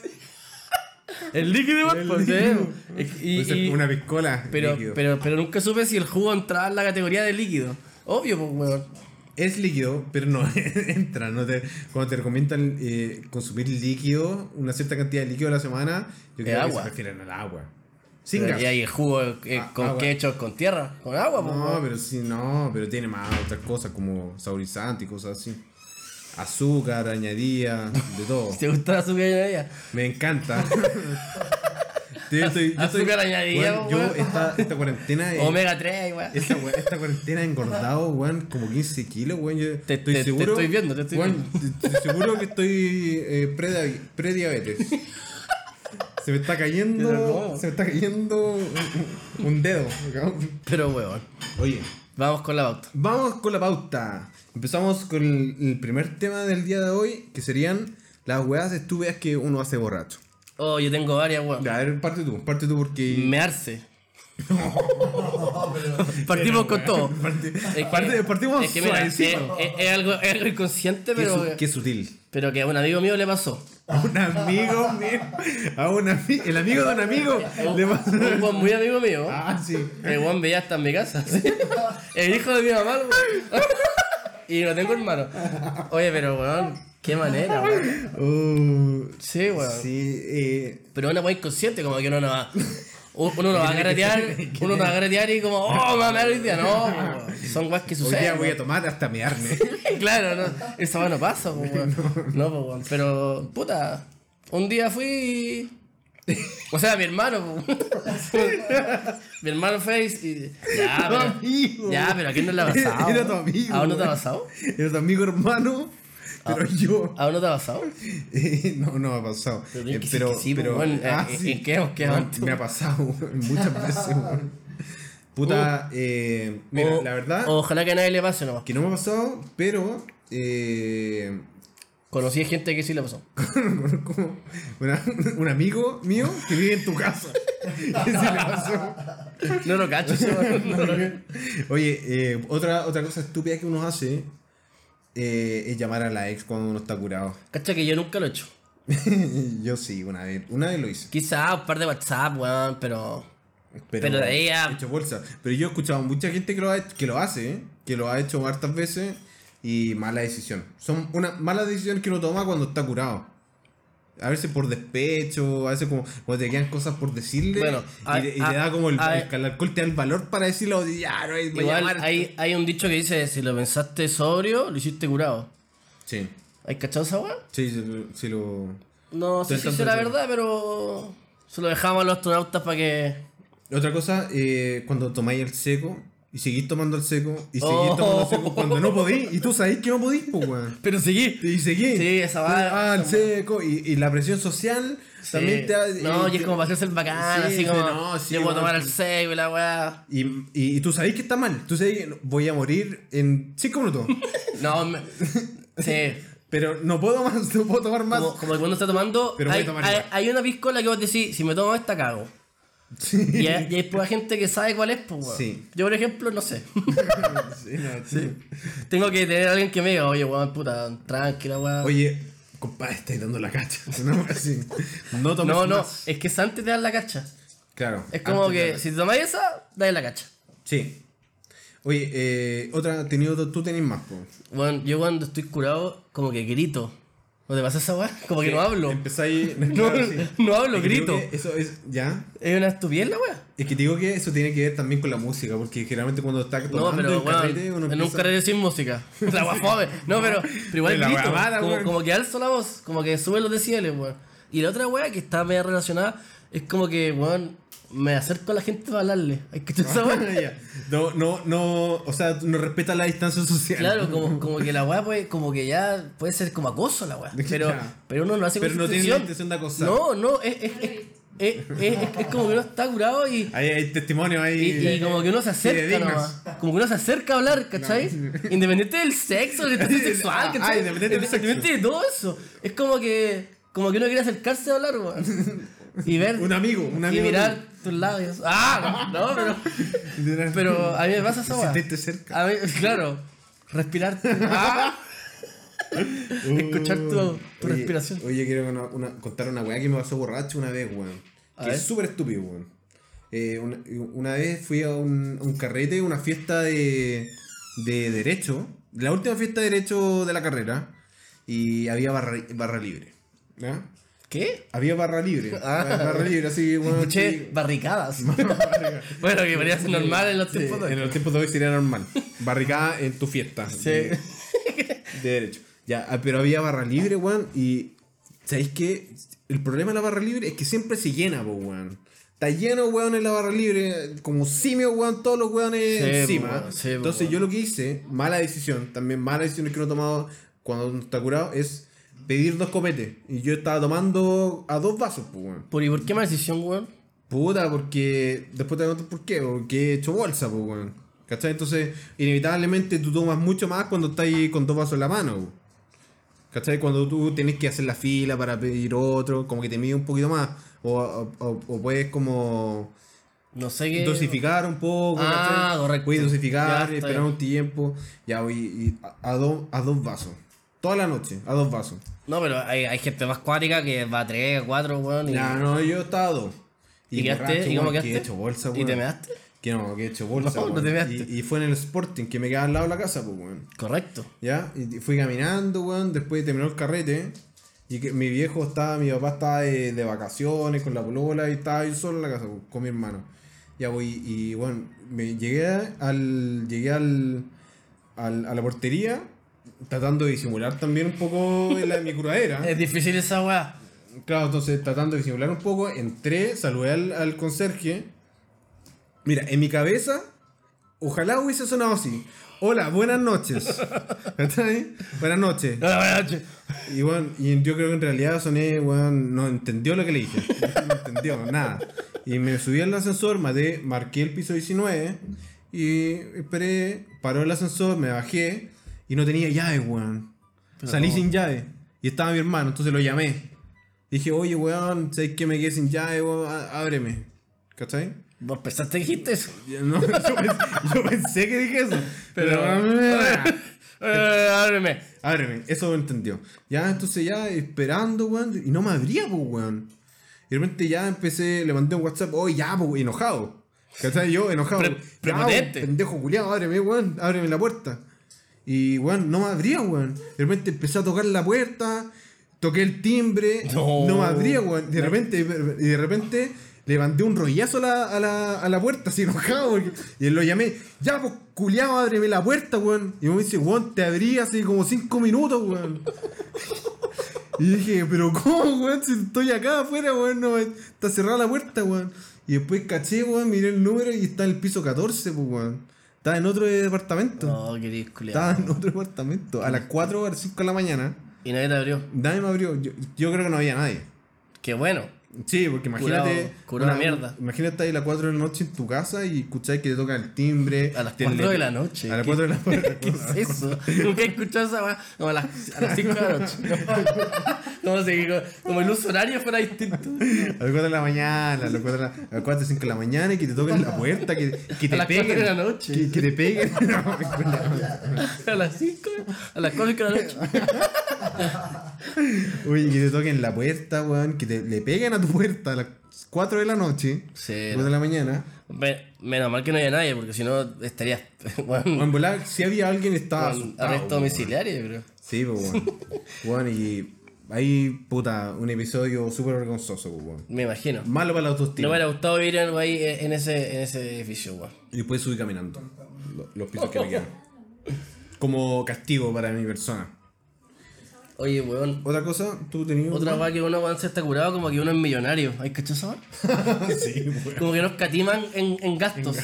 Speaker 2: El líquido,
Speaker 1: *laughs*
Speaker 2: igual,
Speaker 1: El
Speaker 2: pues,
Speaker 1: líquido.
Speaker 2: eh. Y-
Speaker 1: puede ser
Speaker 2: y-
Speaker 1: una piscola.
Speaker 2: pero,
Speaker 1: líquido.
Speaker 2: pero, pero nunca supe si el jugo entraba en la categoría de líquido. Obvio, pues, weón.
Speaker 1: Es líquido, pero no *laughs* entra. No te, cuando te recomiendan eh, consumir líquido, una cierta cantidad de líquido a la semana, yo creo
Speaker 2: Es
Speaker 1: que
Speaker 2: agua.
Speaker 1: se refieren al agua. Sin
Speaker 2: Pero-
Speaker 1: gas.
Speaker 2: Y ahí el jugo, eh,
Speaker 1: Ah,
Speaker 2: ¿con
Speaker 1: agua.
Speaker 2: qué hecho? ¿Con tierra? ¿Con agua? pues,
Speaker 1: No,
Speaker 2: weón.
Speaker 1: pero sí, no, pero tiene más otras cosas como saborizante y cosas así. Azúcar, añadía, de todo.
Speaker 2: ¿Te gusta la azúcar añadida?
Speaker 1: Me encanta. Yo estoy- yo estoy-
Speaker 2: Azúcar añadida,
Speaker 1: Weón, yo
Speaker 2: weón.
Speaker 1: esta, esta cuarentena he-
Speaker 2: Omega 3, weón.
Speaker 1: *laughs* esta, weón- esta cuarentena he engordado, weón, como 15 kilos, weón. Yo
Speaker 2: Te-
Speaker 1: estoy
Speaker 2: te- te
Speaker 1: seguro.
Speaker 2: estoy viendo, te estoy
Speaker 1: weón, te- estoy seguro que estoy eh, preda- prediabetes. se me está
Speaker 2: Pero no.
Speaker 1: cayendo. Se me está cayendo un, un dedo. weón.
Speaker 2: Pero, weón,
Speaker 1: Oye.
Speaker 2: vamos con la pauta.
Speaker 1: Vamos con la pauta. Empezamos con el, el primer tema del día de hoy, que serían las weas estúpidas que uno hace borracho.
Speaker 2: Oh, yo tengo varias, weón.
Speaker 1: Ya, A ver, parte tú, parte tú porque... *laughs*
Speaker 2: Mearse. Partimos con todo. Es que-
Speaker 1: parte- partimos
Speaker 2: es que mira, es,
Speaker 1: suavecito.
Speaker 2: es- es algo, es algo inconsciente,
Speaker 1: Qué,
Speaker 2: pero, eh,
Speaker 1: su- qué sutil.
Speaker 2: pero que a un amigo mío
Speaker 1: *laughs*
Speaker 2: le pasó.
Speaker 1: A un amigo mío, a un ami- el amigo de un amigo, le pasó-
Speaker 2: Un buen muy amigo mío.
Speaker 1: Ah, sí.
Speaker 2: El Juan veía hasta en mi casa. *laughs* ¿sí? El hijo de mi mamá, el weón. Y lo tengo hermano. Oye, pero weón, qué manera, weón.
Speaker 1: Uh,
Speaker 2: Sí, weón.
Speaker 1: sí, eh,
Speaker 2: Pero una weá inconsciente, como que uno no va. Uno
Speaker 1: *laughs*
Speaker 2: no va a carretear, uno no va a carretear y como, oh, me va a mear hoy día. No, weón. son weas que
Speaker 1: hoy
Speaker 2: suceden.
Speaker 1: día voy a
Speaker 2: weón.
Speaker 1: tomar hasta mearme. *laughs*
Speaker 2: *laughs* Claro, no, esa weá no pasa, po, weón. No, po, weón. Pero, puta, un día fui. y- O sea, mi hermano, po. *laughs* Mi hermano fue y- y.
Speaker 1: *laughs*
Speaker 2: Ya,
Speaker 1: Tu
Speaker 2: pero-
Speaker 1: amigo.
Speaker 2: Ya, pero ¿a quién no le ha pasado?
Speaker 1: *laughs* Era tu amigo,
Speaker 2: ¿Aún no te ha
Speaker 1: weón.
Speaker 2: pasado?
Speaker 1: Era tu amigo hermano, pero
Speaker 2: Ah.
Speaker 1: yo...
Speaker 2: ¿Aún no te ha pasado?
Speaker 1: Eh, *laughs* no, no me ha pasado.
Speaker 2: Pero
Speaker 1: Eh,
Speaker 2: que sí,
Speaker 1: pero,
Speaker 2: que sí,
Speaker 1: pero-
Speaker 2: weón. Eh, ¿en qué hemos quedado
Speaker 1: Weón,
Speaker 2: antes?
Speaker 1: Me ha pasado *laughs* weón, muchas veces, weón. Puta, eh, mira,
Speaker 2: O-
Speaker 1: la verdad
Speaker 2: Oh. Ojalá que a nadie le pase nomás.
Speaker 1: que no me ha pasado, pero eh, *laughs*
Speaker 2: Conocí gente que sí le pasó.
Speaker 1: como una- un amigo mío que vive en tu casa. *laughs* Y se le pasó.
Speaker 2: No lo cacho,
Speaker 1: *laughs*
Speaker 2: ese weón. No lo-
Speaker 1: Oye, eh, otra, otra cosa estúpida que uno hace eh, es llamar a la ex cuando uno está curado. *laughs*
Speaker 2: Cacha que yo nunca lo he hecho.
Speaker 1: Yo sí, una vez, una vez lo hice.
Speaker 2: Quizá un par de WhatsApp, weón, pero. Pero ella-
Speaker 1: he hecho bolsa. Pero yo he escuchado a mucha gente que lo, ha, que lo hace, ¿eh? que lo ha hecho hartas veces y mala decisión. Son una mala decisión que uno toma cuando está curado. A veces por despecho, a veces como cuando te quedan cosas por decirle
Speaker 2: Bueno,
Speaker 1: y,
Speaker 2: a-
Speaker 1: le- y
Speaker 2: a-
Speaker 1: te da como el,
Speaker 2: a-
Speaker 1: el- el alcohol te da el valor para decirlo. y Ya, no, voy a llamar
Speaker 2: Igual
Speaker 1: a-
Speaker 2: hay, hay un dicho que dice: si lo pensaste sobrio, lo hiciste curado.
Speaker 1: Sí,
Speaker 2: ¿Hay cachado esa weón?
Speaker 1: sí, sí, lo- sí lo...
Speaker 2: No sé si
Speaker 1: Estoy
Speaker 2: es la
Speaker 1: tanto-
Speaker 2: verdad, pero. Se lo dejamos a los astronautas para que.
Speaker 1: Otra cosa, eh, cuando tomáis el seco y seguís tomando el seco y seguís
Speaker 2: Oh.
Speaker 1: tomando el seco cuando no podís y tú sabés que no podís, pues, weón.
Speaker 2: Pero seguí.
Speaker 1: Y seguí.
Speaker 2: Sí, esa va-
Speaker 1: Ah, el seco. Y, y la presión social también te ha-
Speaker 2: No,
Speaker 1: y,
Speaker 2: y es como para hacerse el bacán,
Speaker 1: Sí,
Speaker 2: así como.
Speaker 1: no, sí,
Speaker 2: yo
Speaker 1: weón.
Speaker 2: puedo tomar el seco y la weá.
Speaker 1: Y, y- y tú sabés que está mal. Tú sabés que voy a morir en 5
Speaker 2: *laughs*
Speaker 1: minutos.
Speaker 2: No,
Speaker 1: *laughs*
Speaker 2: me- sí.
Speaker 1: pero no puedo más, no puedo tomar más.
Speaker 2: Como, como cuando está tomando,
Speaker 1: Pero voy a
Speaker 2: hay,
Speaker 1: tomar
Speaker 2: hay-
Speaker 1: igual.
Speaker 2: hay una piscola que vos decís, si me tomo esta cago.
Speaker 1: *laughs* Sí.
Speaker 2: Y hay, y hay poca gente que sabe cuál es, pues weón.
Speaker 1: Sí.
Speaker 2: Yo por ejemplo no sé. *laughs*
Speaker 1: Sí, no, sí.
Speaker 2: Tengo que tener a alguien que me diga, oye weón, puta, tranquila weón.
Speaker 1: Oye, compadre, estáis dando la cacha. *laughs* No, así. no tomes
Speaker 2: no, no,
Speaker 1: más.
Speaker 2: es que antes te dan la cacha.
Speaker 1: Claro.
Speaker 2: Es como
Speaker 1: antes de
Speaker 2: que
Speaker 1: la-
Speaker 2: si te tomáis esa, dale la cacha.
Speaker 1: Sí. Oye, eh, otra, tenido, tú tenés más, po.
Speaker 2: Bueno, yo cuando estoy curado, como que grito. ¿No te pasa esa weá? Como que no hablo.
Speaker 1: Empezáis.
Speaker 2: *laughs* No,
Speaker 1: claro, sí.
Speaker 2: no hablo,
Speaker 1: Es que
Speaker 2: grito.
Speaker 1: digo que Eso es. Ya.
Speaker 2: Es una estupidez la weá.
Speaker 1: Es que te digo que eso tiene que ver también con la música, porque generalmente cuando está tomando
Speaker 2: No, pero
Speaker 1: en
Speaker 2: bueno,
Speaker 1: carrete, uno
Speaker 2: en un
Speaker 1: empieza- *laughs*
Speaker 2: carrete sin música. La weá fome. No, pero, pero igual
Speaker 1: La weá
Speaker 2: grito.
Speaker 1: mala,
Speaker 2: como,
Speaker 1: weón.
Speaker 2: como que alzo la voz, como que sube los decibeles, weón. Y la otra weá que está medio relacionada es como que, weón, me acerco a la gente para hablarle. Hay que esa weá.
Speaker 1: Ah, *laughs* ya. No, no, no, o sea, no respeta la distancia social.
Speaker 2: Claro, como, como que la weá puede, como que ya puede ser como acoso la weá. Pero,
Speaker 1: Ya.
Speaker 2: pero uno lo hace con
Speaker 1: Pero no tiene la intención de acosar.
Speaker 2: No, no, es, es, es, es- es- es- es como que uno está curado y,
Speaker 1: Ahí hay testimonio ahí.
Speaker 2: y, y como que uno se acerca
Speaker 1: dignas.
Speaker 2: nomás. Como que uno se acerca a hablar,
Speaker 1: *laughs*
Speaker 2: ¿cachai? Independiente del sexo, del orientación sexual,
Speaker 1: Ah,
Speaker 2: ¿cachai?
Speaker 1: ah, independiente del sexo.
Speaker 2: Independiente de todo eso. Es como que, como que uno quiere acercarse a hablar, weón. Y ver.
Speaker 1: *laughs* Un amigo, un
Speaker 2: Y
Speaker 1: amigo
Speaker 2: mirar tus labios. Ah, no, no, pero. Pero a mí me pasa esa weá.
Speaker 1: Sentirte cerca.
Speaker 2: A mí, claro.
Speaker 1: *laughs*
Speaker 2: Respirar. Ah, escuchar tu, tu
Speaker 1: Uh, Oye,
Speaker 2: respiración.
Speaker 1: Oye, quiero una- una- contar una weá que me pasó borracho una vez, weón.
Speaker 2: A
Speaker 1: Que
Speaker 2: ver.
Speaker 1: es súper estúpido, weón. Eh, una, una vez fui a un, a un carrete, una fiesta de, de derecho. La última fiesta de derecho de la carrera. Y había barra, barra libre. ¿ya?
Speaker 2: ¿Qué?
Speaker 1: Había barra libre.
Speaker 2: *laughs* Ah.
Speaker 1: Barra libre, así, weón.
Speaker 2: Escuché
Speaker 1: sí. *laughs*
Speaker 2: barricadas. *laughs* bueno, que parecía normal en los
Speaker 1: Sí,
Speaker 2: tiempos de hoy.
Speaker 1: en los tiempos de hoy sería normal. Barricada en tu fiesta.
Speaker 2: Sí.
Speaker 1: De derecho. Ya, ah, pero había barra libre, weón. Y ¿sabéis qué? El problema de la barra libre es que siempre se llena, po, weón. Está lleno, weón, en la barra libre. Como simio, weón, todos los weones
Speaker 2: Sí, po,
Speaker 1: encima.
Speaker 2: weón, sí, po,
Speaker 1: Entonces
Speaker 2: weón.
Speaker 1: yo lo que hice, mala decisión, también mala decisión que uno ha tomado cuando uno está curado, es pedir dos copetes. Y yo estaba tomando a dos vasos, po, weón.
Speaker 2: ¿Por, ¿Y por qué mala decisión, weón?
Speaker 1: Puta, porque después te voy a contar por qué, porque he hecho bolsa, pues, weón. ¿Cachai? Entonces, inevitablemente tú tomas mucho más cuando estás ahí con dos vasos en la mano, weón. ¿Cachai? Cuando tú tenés que hacer la fila para pedir otro, como que te mide un poquito más. O, o- o- o puedes como
Speaker 2: No sé qué.
Speaker 1: dosificar un poco,
Speaker 2: Ah, correcto.
Speaker 1: Puedes
Speaker 2: Ya,
Speaker 1: dosificar,
Speaker 2: está
Speaker 1: esperar
Speaker 2: bien.
Speaker 1: un tiempo. Ya, oye, y a, a dos, a dos vasos. Toda la noche, a dos vasos.
Speaker 2: No, pero hay, hay gente más cuática que va a 3, 4, weón. Y,
Speaker 1: Ya, no, yo estaba a dos.
Speaker 2: y quedaste,
Speaker 1: borracho,
Speaker 2: y cómo
Speaker 1: weón, que
Speaker 2: quedaste.
Speaker 1: he hecho bolsa,
Speaker 2: y te
Speaker 1: weón.
Speaker 2: measte.
Speaker 1: Que no, que he hecho bolsa.
Speaker 2: No, no
Speaker 1: weón.
Speaker 2: te measte.
Speaker 1: Y, y fue en el Sporting, que me quedaba al lado de la casa, pues, weón.
Speaker 2: Correcto.
Speaker 1: ¿Ya? Y fui caminando, weón, después terminó el carrete. Y que mi viejo estaba, mi papá estaba de, de vacaciones con la polola y estaba yo solo en la casa pues, con mi hermano. Ya voy, y bueno, me llegué al. llegué al, al- a la portería, tratando de disimular también un poco la, mi
Speaker 2: *laughs*
Speaker 1: curadera.
Speaker 2: Ah. Es difícil esa weá.
Speaker 1: Claro, entonces tratando de disimular un poco, entré, saludé al, al conserje. Mira, en mi cabeza, ojalá hubiese sonado así. Hola, buenas noches. ¿Cachai? buenas noches.
Speaker 2: No, buenas noches.
Speaker 1: Y bueno, y yo creo que en realidad soné, weón, no entendió lo que le dije. No entendió nada. Y me subí al ascensor, maté, marqué el piso 19 y esperé, paró el ascensor, me bajé y no tenía llave, weón.
Speaker 2: Pero
Speaker 1: Salí
Speaker 2: ¿cómo?
Speaker 1: sin llave. Y estaba mi hermano, entonces lo llamé. Dije, oye, weón, ¿sabes que me quedé sin llave, weón? Á- Ábreme. ¿Cachai?
Speaker 2: Vos pensaste que dijiste eso.
Speaker 1: No, *laughs* yo, pens- yo pensé que dije eso.
Speaker 2: Pero-
Speaker 1: *laughs* pero
Speaker 2: *laughs* Eh, ábreme.
Speaker 1: Ábreme, eso lo entendió. Ya, entonces ya esperando, weón, y no me abría, pues, weón. Y de repente ya empecé, le mandé un WhatsApp, oh, ya, pues, enojado. ¿Cachai? Yo, enojado.
Speaker 2: Pre-
Speaker 1: Ya, pues,
Speaker 2: prepotente.
Speaker 1: pendejo culiado, ábreme, weón, ábreme la puerta. Y, weón, no me abría, weón. De repente empecé a tocar la puerta, toqué el timbre,
Speaker 2: No.
Speaker 1: no, me abría, weón. De repente, y de repente le mandé un rollazo a la, a la, a la puerta, así enojado, porque- y lo llamé, ya, pues, culiado, ábreme la puerta, weón. Y me dice, weón, te abrí hace como cinco minutos, weón. Y dije, pero ¿cómo, weón? Si estoy acá afuera, weón, no, está cerrada la puerta, weón. Y después caché, weón, miré el número y está en el piso 14, pues, weón. Estaba en otro departamento.
Speaker 2: No, querís, culiado.
Speaker 1: Estaba en otro departamento. A las 4 o a las 5 de la mañana,
Speaker 2: Y nadie te abrió.
Speaker 1: nadie me abrió. Yo, yo creo que no había nadie.
Speaker 2: Qué bueno.
Speaker 1: Sí, porque imagínate.
Speaker 2: Curado, curado mierda.
Speaker 1: Imagínate estar ahí a las 4 de la noche en tu casa y escucháis que te toca el timbre.
Speaker 2: A las
Speaker 1: te le-
Speaker 2: 4 de la noche.
Speaker 1: A las
Speaker 2: ¿Qué-
Speaker 1: 4 de la noche. *laughs*
Speaker 2: ¿Qué *laughs* es eso? Nunca he escuchado esa weá. No, a las, a las 5 de la noche. *laughs* No, no sé, que co- como el uso horario fuera distinto.
Speaker 1: A las 4 de la mañana, a las 4 de la, a las 4 5 de la mañana y que te toquen la puerta, que, que te
Speaker 2: las
Speaker 1: peguen.
Speaker 2: cuatro de la noche. *laughs*
Speaker 1: Que, que te peguen. *laughs* No,
Speaker 2: A las 5, a las 4 de la noche. *laughs*
Speaker 1: Oye, que te toquen la puerta, weón, que te le peguen a tu puerta a las 4 de la noche,
Speaker 2: Sí.
Speaker 1: 4 de la mañana.
Speaker 2: Me- menos mal que no haya nadie, porque si no *laughs* estarías.
Speaker 1: O
Speaker 2: Bueno,
Speaker 1: en volar, si había alguien estaba
Speaker 2: con
Speaker 1: Ah, asustado,
Speaker 2: arresto
Speaker 1: weón.
Speaker 2: domiciliario, yo creo.
Speaker 1: Sí, pues weón. Weón, y ahí, puta, un episodio súper vergonzoso, pues weón.
Speaker 2: Me imagino.
Speaker 1: Malo para la autoestima.
Speaker 2: No me hubiera gustado vivir en, ahí, eh, en, ese, en ese edificio, weón.
Speaker 1: Y después subí caminando. lo- Los pisos que me quedan. Como castigo para mi persona.
Speaker 2: Oye, weón.
Speaker 1: Otra cosa, tú tenías.
Speaker 2: Otra weá que uno weón, se está curado como que uno es millonario. ¿Hay cachado esa weá?
Speaker 1: *laughs* sí, weón.
Speaker 2: Como que nos catiman en, en gastos.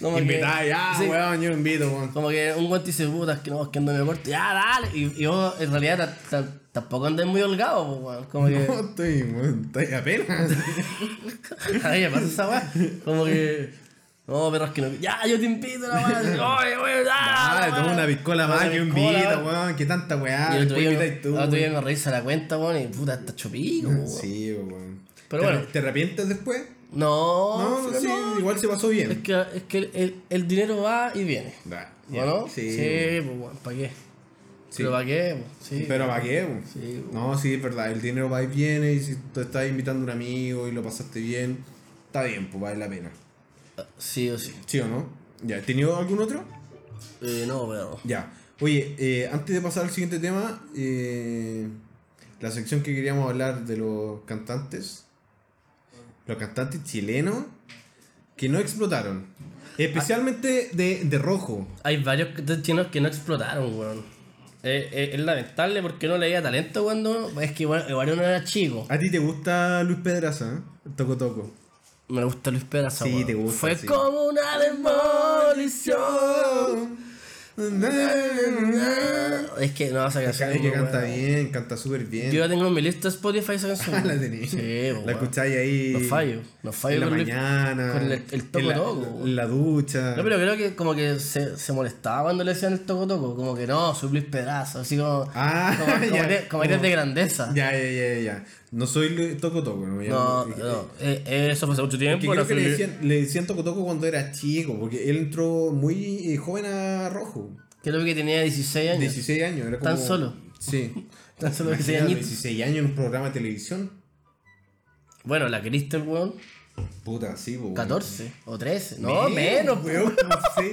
Speaker 2: Como que-
Speaker 1: Invitá, ya,
Speaker 2: sí.
Speaker 1: weón, yo lo invito, weón.
Speaker 2: Como que un guante dice, puta, es que no, es que ando medio corto. Ya, "Ah, dale. Y, y vos, en realidad, ta- ta- tampoco andas muy holgado, po, weón. Como que.
Speaker 1: No, estoy, weón, estoy apenas.
Speaker 2: *laughs* A mí me pasa esa weá. Como que. No, pero es que no. Ya, yo te invito,
Speaker 1: *laughs*
Speaker 2: la weá. Oye, weón,
Speaker 1: Ah,
Speaker 2: dale.
Speaker 1: toma una piscola más que un
Speaker 2: invita,
Speaker 1: invita, weón. Que tanta weá.
Speaker 2: Y el otro
Speaker 1: Ah, Después
Speaker 2: día,
Speaker 1: invitáis tú.
Speaker 2: el otro día
Speaker 1: weón.
Speaker 2: me revisé la cuenta, weón, y puta, está chopico, weón.
Speaker 1: Sí, weón.
Speaker 2: Pero
Speaker 1: ¿Te-
Speaker 2: bueno.
Speaker 1: ¿Te arrepientes después?
Speaker 2: No,
Speaker 1: No,
Speaker 2: pero
Speaker 1: sí,
Speaker 2: no.
Speaker 1: igual se pasó
Speaker 2: Es
Speaker 1: bien.
Speaker 2: que, es que el, el- el dinero va y viene.
Speaker 1: Da,
Speaker 2: ¿O no?
Speaker 1: Sí.
Speaker 2: pues, weón, ¿para qué?
Speaker 1: Sí.
Speaker 2: ¿Pero para qué? po? Sí.
Speaker 1: Pero ¿para qué? weón?
Speaker 2: Sí,
Speaker 1: no, sí, es verdad. El dinero va y viene. Y si tú estás invitando a un amigo y lo pasaste bien, está bien, pues vale la pena.
Speaker 2: Sí o sí.
Speaker 1: ¿Sí o no? Ya, ¿has tenido algún otro?
Speaker 2: Eh, no, pero.
Speaker 1: Ya. Oye, eh, antes de pasar al siguiente tema, eh, la sección que queríamos hablar de los cantantes, los cantantes chilenos que no explotaron, especialmente de, de rojo.
Speaker 2: Hay varios cantantes chinos que no explotaron, weón. Eh, eh, es lamentable porque no le había talento cuando. Es que igual, igual uno era chico.
Speaker 1: ¿A ti te gusta Luis Pedraza? eh? Toco Toco.
Speaker 2: Me gusta Luis Peraza,
Speaker 1: Sí,
Speaker 2: weón.
Speaker 1: te gusta,
Speaker 2: Fue
Speaker 1: sí.
Speaker 2: como una demolición. Es que no, esa canción.
Speaker 1: Cada vez
Speaker 2: es
Speaker 1: que
Speaker 2: muy
Speaker 1: canta
Speaker 2: buena.
Speaker 1: bien, canta súper bien.
Speaker 2: Yo la tengo en mi lista de Spotify esa
Speaker 1: *laughs*
Speaker 2: canción.
Speaker 1: la tenía.
Speaker 2: Sí, weón.
Speaker 1: la escucháis ahí.
Speaker 2: No fallo, no fallo
Speaker 1: en la
Speaker 2: con Luis-
Speaker 1: mañana.
Speaker 2: con el- el
Speaker 1: en
Speaker 2: Toco
Speaker 1: la-
Speaker 2: Toco.
Speaker 1: En la ducha.
Speaker 2: No, pero creo que como que se, se molestaba cuando le decían el toco toco, como que no, soy Luis Pedazo, así como,
Speaker 1: Ah,
Speaker 2: como,
Speaker 1: *laughs*
Speaker 2: como
Speaker 1: ya.
Speaker 2: eres- como eres de grandeza.
Speaker 1: Ya, ya, ya, ya. No soy Lu- Toco Toco, ¿no? Ya,
Speaker 2: No,
Speaker 1: eh,
Speaker 2: no, eh, eso fue hace mucho
Speaker 1: que
Speaker 2: tiempo.
Speaker 1: creo
Speaker 2: no
Speaker 1: que
Speaker 2: soy
Speaker 1: le
Speaker 2: Luis-
Speaker 1: decían, le decían Toco Toco cuando era chico, porque él entró muy eh, joven a Rojo.
Speaker 2: creo que tenía 16 años.
Speaker 1: 16 años, era como...
Speaker 2: Tan solo.
Speaker 1: Sí.
Speaker 2: Tan *laughs* solo
Speaker 1: Imagínate,
Speaker 2: 16 añitos.
Speaker 1: 16 años en un programa de televisión.
Speaker 2: Bueno, la Crystal, weón,
Speaker 1: Puta, sí, po, weón.
Speaker 2: 14 o 13. No, menos, weón.
Speaker 1: weón. *laughs* Sí.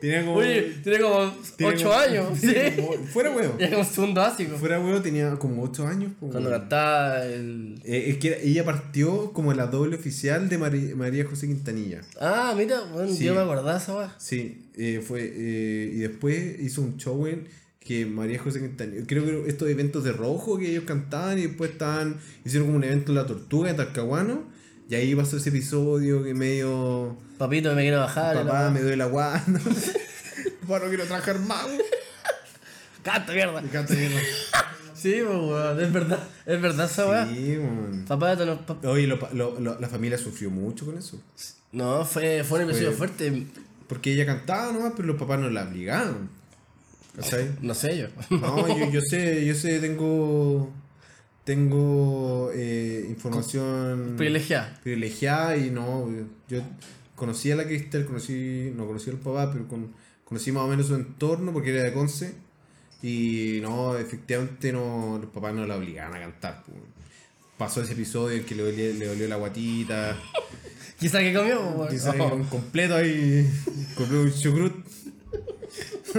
Speaker 1: Tenía como...
Speaker 2: Oye, tiene como
Speaker 1: tenía
Speaker 2: 8
Speaker 1: como-
Speaker 2: años.
Speaker 1: *laughs*
Speaker 2: Sí.
Speaker 1: tenía
Speaker 2: *laughs*
Speaker 1: como- fuera weón.
Speaker 2: Ya como segundo básico.
Speaker 1: Fuera weón tenía como 8 años, po,
Speaker 2: Cuando
Speaker 1: weón.
Speaker 2: cantaba el.
Speaker 1: Eh, es que era- ella partió como la doble oficial de Mari- María José Quintanilla.
Speaker 2: Ah, mira, weón,
Speaker 1: Sí.
Speaker 2: yo me acordaba esa weá.
Speaker 1: Sí, eh, fue. eh, y después hizo un show en que María José Quintanilla. Creo que estos eventos de rojo que ellos cantaban y después estaban. Hicieron como un evento en La Tortuga, en Talcahuano. Y ahí pasó ese episodio que medio.
Speaker 2: Papito, me quiero bajar. y Ah, la
Speaker 1: Papá,
Speaker 2: weá.
Speaker 1: me duele la guana. *laughs* Papá, no quiero trabajar más. güey.
Speaker 2: Canta, mierda.
Speaker 1: Me encanta que no-
Speaker 2: Sí, pues, weón, es verdad, es verdad esa weá.
Speaker 1: Sí, man.
Speaker 2: Papá, te lo- pap-
Speaker 1: Oye, lo pa- lo- lo- la familia sufrió mucho con eso.
Speaker 2: no, fue, fue un episodio
Speaker 1: Fue-
Speaker 2: fuerte.
Speaker 1: Porque ella cantaba nomás, pero los papás no la obligaron. ¿Cachai?
Speaker 2: No sé yo. *laughs*
Speaker 1: No, yo, yo sé, yo sé, tengo. Tengo eh, información
Speaker 2: Privilegiada.
Speaker 1: privilegiada y no. Yo conocí a la Cristel, conocí. No conocí al papá, pero con- conocí más o menos su entorno porque era de Conce. Y no, efectivamente no, los papás no la obligaban a cantar. pues. Pasó ese episodio en que le dolió, le dolió la guatita.
Speaker 2: *laughs* Quizá que comió, po, weón.
Speaker 1: Y se
Speaker 2: Oh.
Speaker 1: un completo ahí. Compré un chucrut.
Speaker 2: *laughs*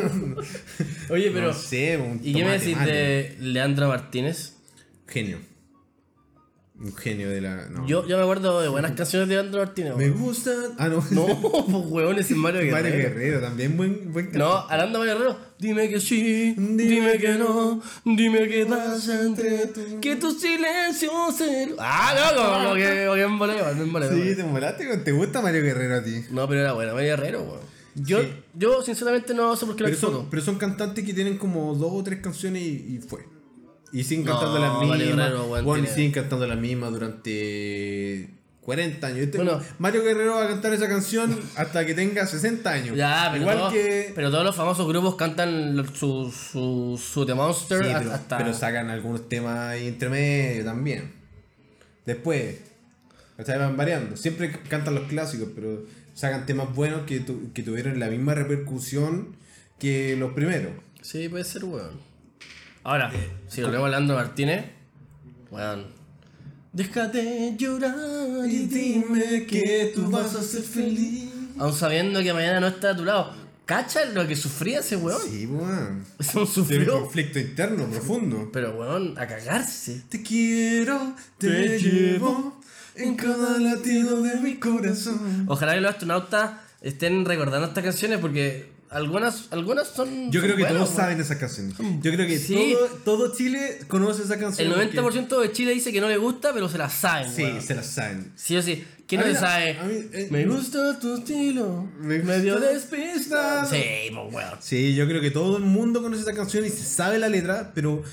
Speaker 2: Oye, pero.
Speaker 1: no sé, un
Speaker 2: ¿Y qué me
Speaker 1: tomate
Speaker 2: decís
Speaker 1: mate.
Speaker 2: de Leandra Martínez?
Speaker 1: Genio. Un genio de la. No.
Speaker 2: Yo, yo me acuerdo de buenas canciones de Leandra *laughs* Martínez.
Speaker 1: Me
Speaker 2: weón.
Speaker 1: gusta. Ah,
Speaker 2: *laughs*
Speaker 1: no.
Speaker 2: No, pues weón, ese es Mario
Speaker 1: Mario
Speaker 2: Guerrero.
Speaker 1: Guerrero, también buen, buen
Speaker 2: No, hablando de Mario Guerrero. Dime que sí, dime, que no, dime que pasa entre tú. Que tu silencio se. Ah, no, como, *laughs* como que como que en voleo, no en voleo.
Speaker 1: Sí, te molaste, weón. ¿te gusta Mario Guerrero a ti?
Speaker 2: No, pero era bueno, Mario Guerrero, weón. Yo,
Speaker 1: Sí.
Speaker 2: yo sinceramente no sé por qué lo
Speaker 1: Pero
Speaker 2: explico.
Speaker 1: son, pero son cantantes que tienen como dos o tres canciones y, y fue. Y siguen
Speaker 2: No,
Speaker 1: cantando las
Speaker 2: Mario
Speaker 1: mismas.
Speaker 2: Guerrero, weón,
Speaker 1: weón, y
Speaker 2: tiene-
Speaker 1: siguen cantando las mismas durante 40 años. Este-
Speaker 2: Bueno.
Speaker 1: Mario Guerrero va a cantar esa canción hasta que tenga 60 años.
Speaker 2: Ya, pero,
Speaker 1: Igual
Speaker 2: todos,
Speaker 1: que.
Speaker 2: pero todos los famosos grupos cantan lo- su, su, su The
Speaker 1: Sí,
Speaker 2: Monster
Speaker 1: pero,
Speaker 2: hasta.
Speaker 1: pero sacan algunos temas ahí entre medio también. Después, o sea, van variando. Siempre c- cantan los clásicos, pero sacan temas buenos que, tu- que tuvieron la misma repercusión que los primeros.
Speaker 2: Sí, puede ser, weón. Ahora,
Speaker 1: Eh,
Speaker 2: si lo vemos a Leandro Martínez, weón. Déjate llorar y dime que tú vas a ser feliz. Aún sabiendo que mañana no está a tu lado. ¿Cacha lo que sufría ese weón?
Speaker 1: Sí, weón.
Speaker 2: Es un
Speaker 1: Tiene un
Speaker 2: sufrió.
Speaker 1: conflicto interno profundo.
Speaker 2: Pero weón, a cagarse.
Speaker 1: Te quiero, te,
Speaker 2: Te
Speaker 1: llevo en cada latido de mi corazón.
Speaker 2: Ojalá que los astronautas estén recordando estas canciones porque algunas, algunas son.
Speaker 1: Yo
Speaker 2: son
Speaker 1: creo que
Speaker 2: buenas,
Speaker 1: todos
Speaker 2: weón.
Speaker 1: saben esa canción.
Speaker 2: Mm.
Speaker 1: Yo creo que
Speaker 2: Sí.
Speaker 1: todo, todo Chile conoce esa canción.
Speaker 2: El
Speaker 1: porque-
Speaker 2: 90% de Chile dice que no le gusta, pero se la saben,
Speaker 1: Sí,
Speaker 2: weón.
Speaker 1: se la saben.
Speaker 2: Sí o sí. ¿Quién
Speaker 1: A
Speaker 2: no
Speaker 1: mí
Speaker 2: se
Speaker 1: la-
Speaker 2: sabe?
Speaker 1: a mí, eh,
Speaker 2: me gusta tu estilo.
Speaker 1: me gusta-
Speaker 2: Medio despistado. Sí, pues weón.
Speaker 1: Sí, yo creo que todo el mundo conoce esa canción y se sabe la letra, pero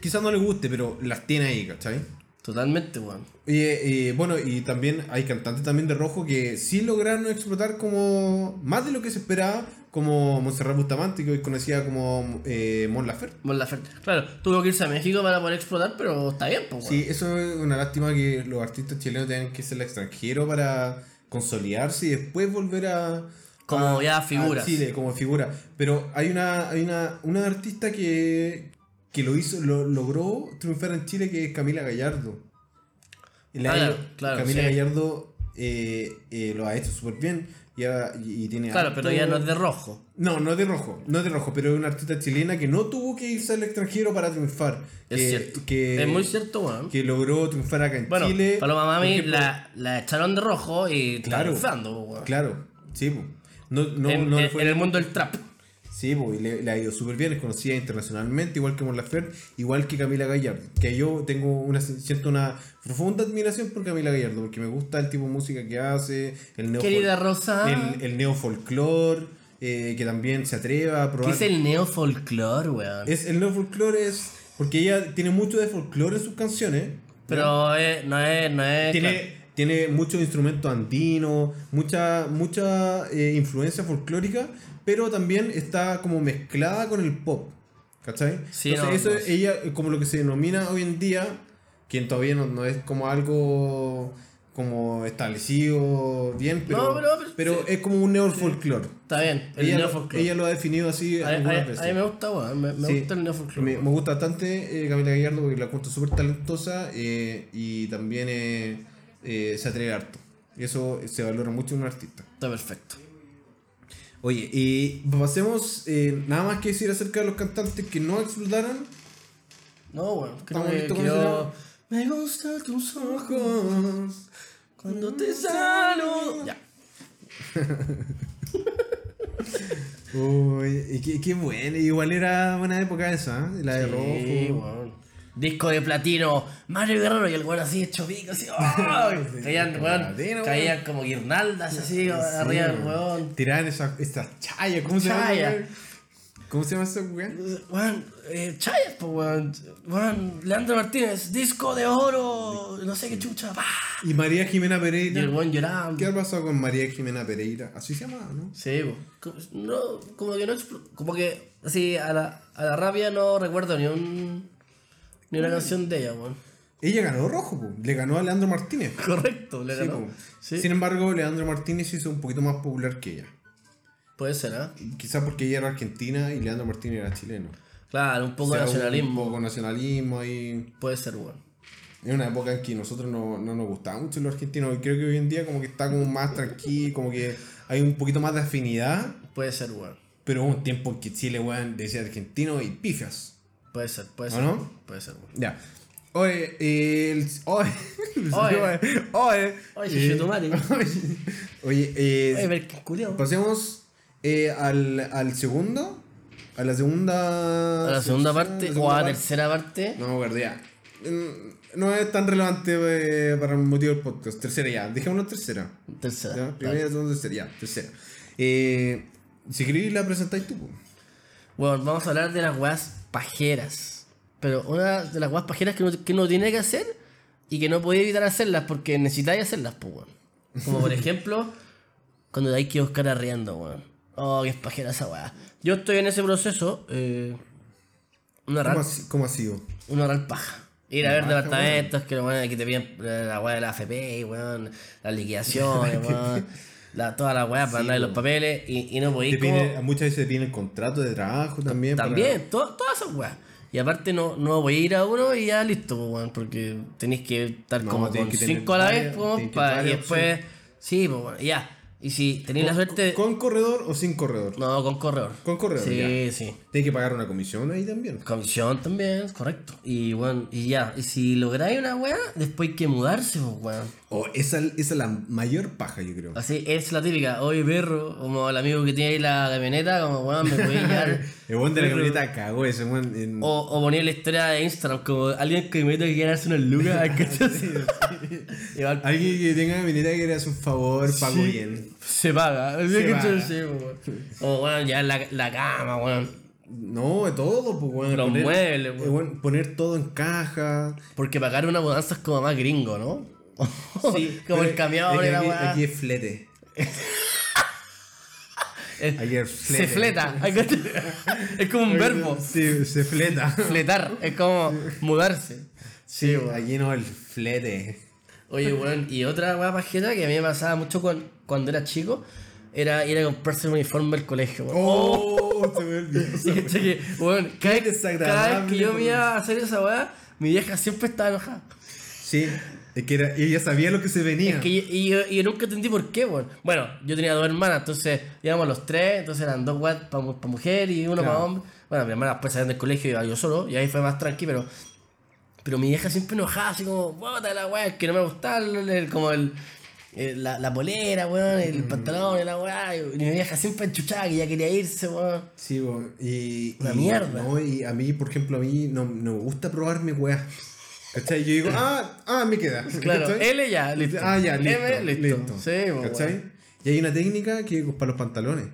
Speaker 1: quizás no le guste, pero las tiene ahí, ¿cachai?
Speaker 2: Totalmente, weón.
Speaker 1: Y eh, eh, bueno, y también hay cantantes también de rojo que sí lograron explotar como más de lo que se esperaba, como Montserrat Bustamante, que hoy conocía como eh, Mon Laferte.
Speaker 2: Mon Laferte. Claro, tuvo que irse a México para poder explotar, pero está bien, pues weón.
Speaker 1: Sí, eso es una lástima que los artistas chilenos tengan que irse al extranjero para consolidarse y después volver a...
Speaker 2: Como
Speaker 1: a-
Speaker 2: ya figuras.
Speaker 1: a Chile, como figura. Pero hay una, hay una, una artista que, que lo hizo, lo, logró triunfar en Chile, que es Camila Gallardo. Y la-
Speaker 2: Ah, claro, claro,
Speaker 1: Camila
Speaker 2: sí.
Speaker 1: Gallardo eh, eh, lo ha hecho súper bien y, ha- y- y tiene...
Speaker 2: Claro,
Speaker 1: harto-
Speaker 2: pero ya no es de rojo.
Speaker 1: no, no es de rojo, no es de rojo, pero es una artista chilena que no tuvo que irse al extranjero para triunfar.
Speaker 2: Es
Speaker 1: que,
Speaker 2: cierto.
Speaker 1: que-
Speaker 2: es muy cierto, weón.
Speaker 1: que logró triunfar acá en
Speaker 2: Bueno,
Speaker 1: Chile.
Speaker 2: Paloma
Speaker 1: Por
Speaker 2: Mami
Speaker 1: ejemplo,
Speaker 2: la, la echaron de rojo y está
Speaker 1: Claro.
Speaker 2: triunfando, po, weón.
Speaker 1: Claro, sí, po. No, no,
Speaker 2: en,
Speaker 1: no le
Speaker 2: en-
Speaker 1: fue-
Speaker 2: en el mundo del trap.
Speaker 1: Sí, po, y le, le ha ido súper bien, es conocida internacionalmente, igual que Mon Laferte, igual que Camila Gallardo. Que yo tengo una, siento una profunda admiración por Camila Gallardo, porque me gusta el tipo de música que hace, el neo
Speaker 2: Querida Rosa.
Speaker 1: el, el neofolclor, eh, que también se atreva a
Speaker 2: ¿Qué
Speaker 1: probar.
Speaker 2: es el neofolclore, weón?
Speaker 1: Es- el neofolclore es. Porque ella tiene mucho de folclore en sus canciones.
Speaker 2: Pero eh, no es, no es.
Speaker 1: tiene,
Speaker 2: claro.
Speaker 1: tiene muchos instrumentos andinos, mucha, mucha eh, influencia folclórica, pero también está como mezclada con el pop. ¿Cachai?
Speaker 2: Sí,
Speaker 1: Entonces,
Speaker 2: no, pues.
Speaker 1: eso
Speaker 2: no.
Speaker 1: ella, eh, como lo que se denomina hoy en día, quien todavía no, no es como algo como establecido bien, pero,
Speaker 2: No, pero- pero- sí.
Speaker 1: es como un neofolclore.
Speaker 2: Está bien, el
Speaker 1: Ella, lo-
Speaker 2: neofolclore.
Speaker 1: ella lo ha definido así
Speaker 2: A, a-
Speaker 1: algunas
Speaker 2: a mí
Speaker 1: veces.
Speaker 2: me gusta, weón. Me, me
Speaker 1: Sí.
Speaker 2: gusta el neofolclore.
Speaker 1: Me, me gusta bastante eh, Camila Gallardo porque la encuentro súper talentosa eh, y también eh, eh, se atreve harto. Y eso se valora mucho en un artista.
Speaker 2: Está perfecto.
Speaker 1: Oye, y pasemos, eh, nada más que decir acerca de los cantantes que no explotaron.
Speaker 2: No, weón. Creo
Speaker 1: Está
Speaker 2: que
Speaker 1: bonito,
Speaker 2: quedó.
Speaker 1: ¿cómo
Speaker 2: Me gusta tus ojos
Speaker 1: Ojos.
Speaker 2: cuando te saludo. Ya.
Speaker 1: Uy, y qué, qué bueno, igual era buena época esa, ¿eh? la de
Speaker 2: Sí,
Speaker 1: rojo.
Speaker 2: weón. Disco de platino, Mario Guerrero y el weón así hecho
Speaker 1: *laughs*
Speaker 2: pico, así. ¡ay! caían,
Speaker 1: disco de
Speaker 2: weón,
Speaker 1: platino, weón.
Speaker 2: caían como guirnaldas así arriba del
Speaker 1: Sí,
Speaker 2: weón.
Speaker 1: Tiraban esas esas chayas, ¿cómo se
Speaker 2: Chaya.
Speaker 1: llama? ¿Cómo se llama ese weón?
Speaker 2: Weón, eh, Chayas, po, weón. Weón, Leandro Martínez, disco de oro, no sé qué chucha. pa.
Speaker 1: Y María Jimena
Speaker 2: Y el
Speaker 1: Pereira.
Speaker 2: weón lloraba.
Speaker 1: ¿Qué ha pasado con María Jimena Pereira? Así se llama, ¿no?
Speaker 2: Sí, po. Co- no, como que no expl- como que así a la, a la rabia no recuerdo ni un ni
Speaker 1: Mm.
Speaker 2: una canción de ella, weón.
Speaker 1: Ella ganó rojo, po. le ganó a Leandro Martínez.
Speaker 2: *laughs* Correcto, le
Speaker 1: Sí,
Speaker 2: ganó.
Speaker 1: po.
Speaker 2: Sí,
Speaker 1: Sin embargo, Leandro Martínez hizo un poquito más popular que ella.
Speaker 2: puede ser, ¿ah?
Speaker 1: Quizás porque ella era argentina y Leandro Martínez era chileno.
Speaker 2: Claro, un
Speaker 1: O
Speaker 2: poco
Speaker 1: sea,
Speaker 2: de
Speaker 1: hubo
Speaker 2: nacionalismo.
Speaker 1: Un poco de nacionalismo ahí.
Speaker 2: Puede ser, weón.
Speaker 1: En una época en que nosotros no, no nos gustaba mucho los argentinos. Y creo que hoy en día como que está como más tranquilo, como que hay un poquito más de afinidad.
Speaker 2: Puede ser, weón.
Speaker 1: Pero hubo un tiempo en que Chile, weón, decía argentino y pifas.
Speaker 2: Puede ser, puede
Speaker 1: ¿O
Speaker 2: ser.
Speaker 1: ¿Ah, no?
Speaker 2: Puede ser, weón.
Speaker 1: Ya. Oye, el... Oye. *laughs*
Speaker 2: Oye.
Speaker 1: Oye.
Speaker 2: Oye,
Speaker 1: Eh, *laughs*
Speaker 2: Chetumare.
Speaker 1: Oye, oye, eh,
Speaker 2: Oye, ver qué culiao.
Speaker 1: pasemos eh, al, al segundo, a la segunda...
Speaker 2: A la segunda
Speaker 1: sección,
Speaker 2: parte
Speaker 1: la
Speaker 2: o
Speaker 1: segunda
Speaker 2: a la
Speaker 1: parte.
Speaker 2: tercera parte.
Speaker 1: No, verdad, ya. Mm, No es tan relevante eh, para el motivo del podcast. Tercera ya, dejémoslo en tercera.
Speaker 2: Tercera.
Speaker 1: ¿ya?
Speaker 2: dale.
Speaker 1: Primera, segunda, tercera, ya, tercera. Eh, si queréis la presentáis tú, po.
Speaker 2: Bueno, vamos a hablar de las weas pajeras. Pero una de las weas pajeras que uno, que uno tiene que hacer y que no podéis evitar hacerlas porque necesitáis hacerlas, pues, weón.
Speaker 1: *laughs*
Speaker 2: Como por ejemplo, cuando hay que buscar arriendo, weón. Oh, qué es pajera esa wea. Yo estoy en ese proceso. Eh,
Speaker 1: ¿Cómo,
Speaker 2: una rata.
Speaker 1: ha si- cómo ha sido?
Speaker 2: Una real paja. Ir a ver
Speaker 1: Ah,
Speaker 2: departamentos que, bueno, que te piden eh, la weá de la AFP, weón,
Speaker 1: *laughs*
Speaker 2: las liquidaciones, weón, la, toda la weá para andar en los papeles y, y no
Speaker 1: Te
Speaker 2: podís como-
Speaker 1: piden- muchas veces te piden el contrato de trabajo también. para-
Speaker 2: También, to- todas esas weas. Y aparte no, no voy a ir a uno y ya listo, pues, weón, porque tenéis que estar
Speaker 1: No,
Speaker 2: como
Speaker 1: tenés
Speaker 2: con
Speaker 1: que tener
Speaker 2: cinco a la
Speaker 1: varias-
Speaker 2: vez, pues,
Speaker 1: tenés que
Speaker 2: pa- y
Speaker 1: varias
Speaker 2: después... Sí, pues, weón, ya. Y si tenéis la
Speaker 1: ¿Con,
Speaker 2: suerte... de-
Speaker 1: con corredor o sin corredor?
Speaker 2: No, con corredor.
Speaker 1: Con corredor,
Speaker 2: Sí,
Speaker 1: ya.
Speaker 2: sí.
Speaker 1: Tienes que pagar una comisión ahí también.
Speaker 2: Comisión también, correcto. Y bueno, y ya, y si lográis una weá, después hay que mudarse, pues weón.
Speaker 1: Oh, esa, esa es la mayor paja, yo creo.
Speaker 2: Así es la típica, oye perro, como el amigo que tiene ahí la camioneta, como weón, me
Speaker 1: *laughs*
Speaker 2: voy a llevar.
Speaker 1: El buen de la camioneta cagó ese buen. en-
Speaker 2: O, o ponía la historia de Instagram, como alguien que me que ganarse unas
Speaker 1: *laughs*
Speaker 2: lucas, ¿cachai? Y va-
Speaker 1: Alguien que tenga camioneta que le hace un favor, pago
Speaker 2: Sí.
Speaker 1: bien.
Speaker 2: se paga. ¿cachai?
Speaker 1: paga.
Speaker 2: Sí, weón. O bueno, ya la, la cama, weón.
Speaker 1: No, de todo, pues, weón.
Speaker 2: Los muebles,
Speaker 1: eh, weón, Poner todo en caja.
Speaker 2: Porque pagar una mudanza es como más gringo, ¿no? *laughs* como el
Speaker 1: Pero es
Speaker 2: camión
Speaker 1: que
Speaker 2: y la
Speaker 1: aquí,
Speaker 2: weá.
Speaker 1: aquí es flete.
Speaker 2: Eh,
Speaker 1: Aquí es flete. *laughs*
Speaker 2: Se fleta. es como un verbo.
Speaker 1: Sí, se fleta.
Speaker 2: Fletar. Es como mudarse.
Speaker 1: Sí, aquí no, el flete.
Speaker 2: Oye, weón, y otra weá pajera que a mí me pasaba mucho cuan- cuando era chico era ir a comprarse un uniforme del colegio, weón.
Speaker 1: Oh, se me olvidó. *laughs*
Speaker 2: Y caché que, weón, cada, vez- cada vez que yo me iba a hacer esa weá, mi vieja siempre estaba enojada.
Speaker 1: Sí, es que era, ella sabía lo que se venía.
Speaker 2: Que yo- y, yo, y yo nunca entendí por qué, weón. Bueno, yo tenía dos hermanas, entonces íbamos los tres, entonces eran dos weas para mujer y uno para
Speaker 1: Claro.
Speaker 2: hombre. Bueno, mi hermana después salió del colegio y iba yo solo, y ahí fue más tranqui, pero. Pero mi vieja siempre enojada, así como, bota la wea, es que no me gustaba, el- el- como el. el- la, la polera, weón, el pantalón, y la weá. Y mi vieja siempre enchuchada que ya quería irse, weón.
Speaker 1: Sí, bo, y.
Speaker 2: Una
Speaker 1: y-
Speaker 2: mierda.
Speaker 1: No, y a mí, por ejemplo, a mí no, no me gusta probarme weas. ¿Cachai?
Speaker 2: *laughs*
Speaker 1: Yo digo, ah, ah, me queda.
Speaker 2: Claro,
Speaker 1: ¿cachai?
Speaker 2: L ya, listo.
Speaker 1: Ah, ya, listo.
Speaker 2: M, listo. Sí, pues,
Speaker 1: ¿Cachai?
Speaker 2: weón.
Speaker 1: Y hay una técnica que es para los pantalones.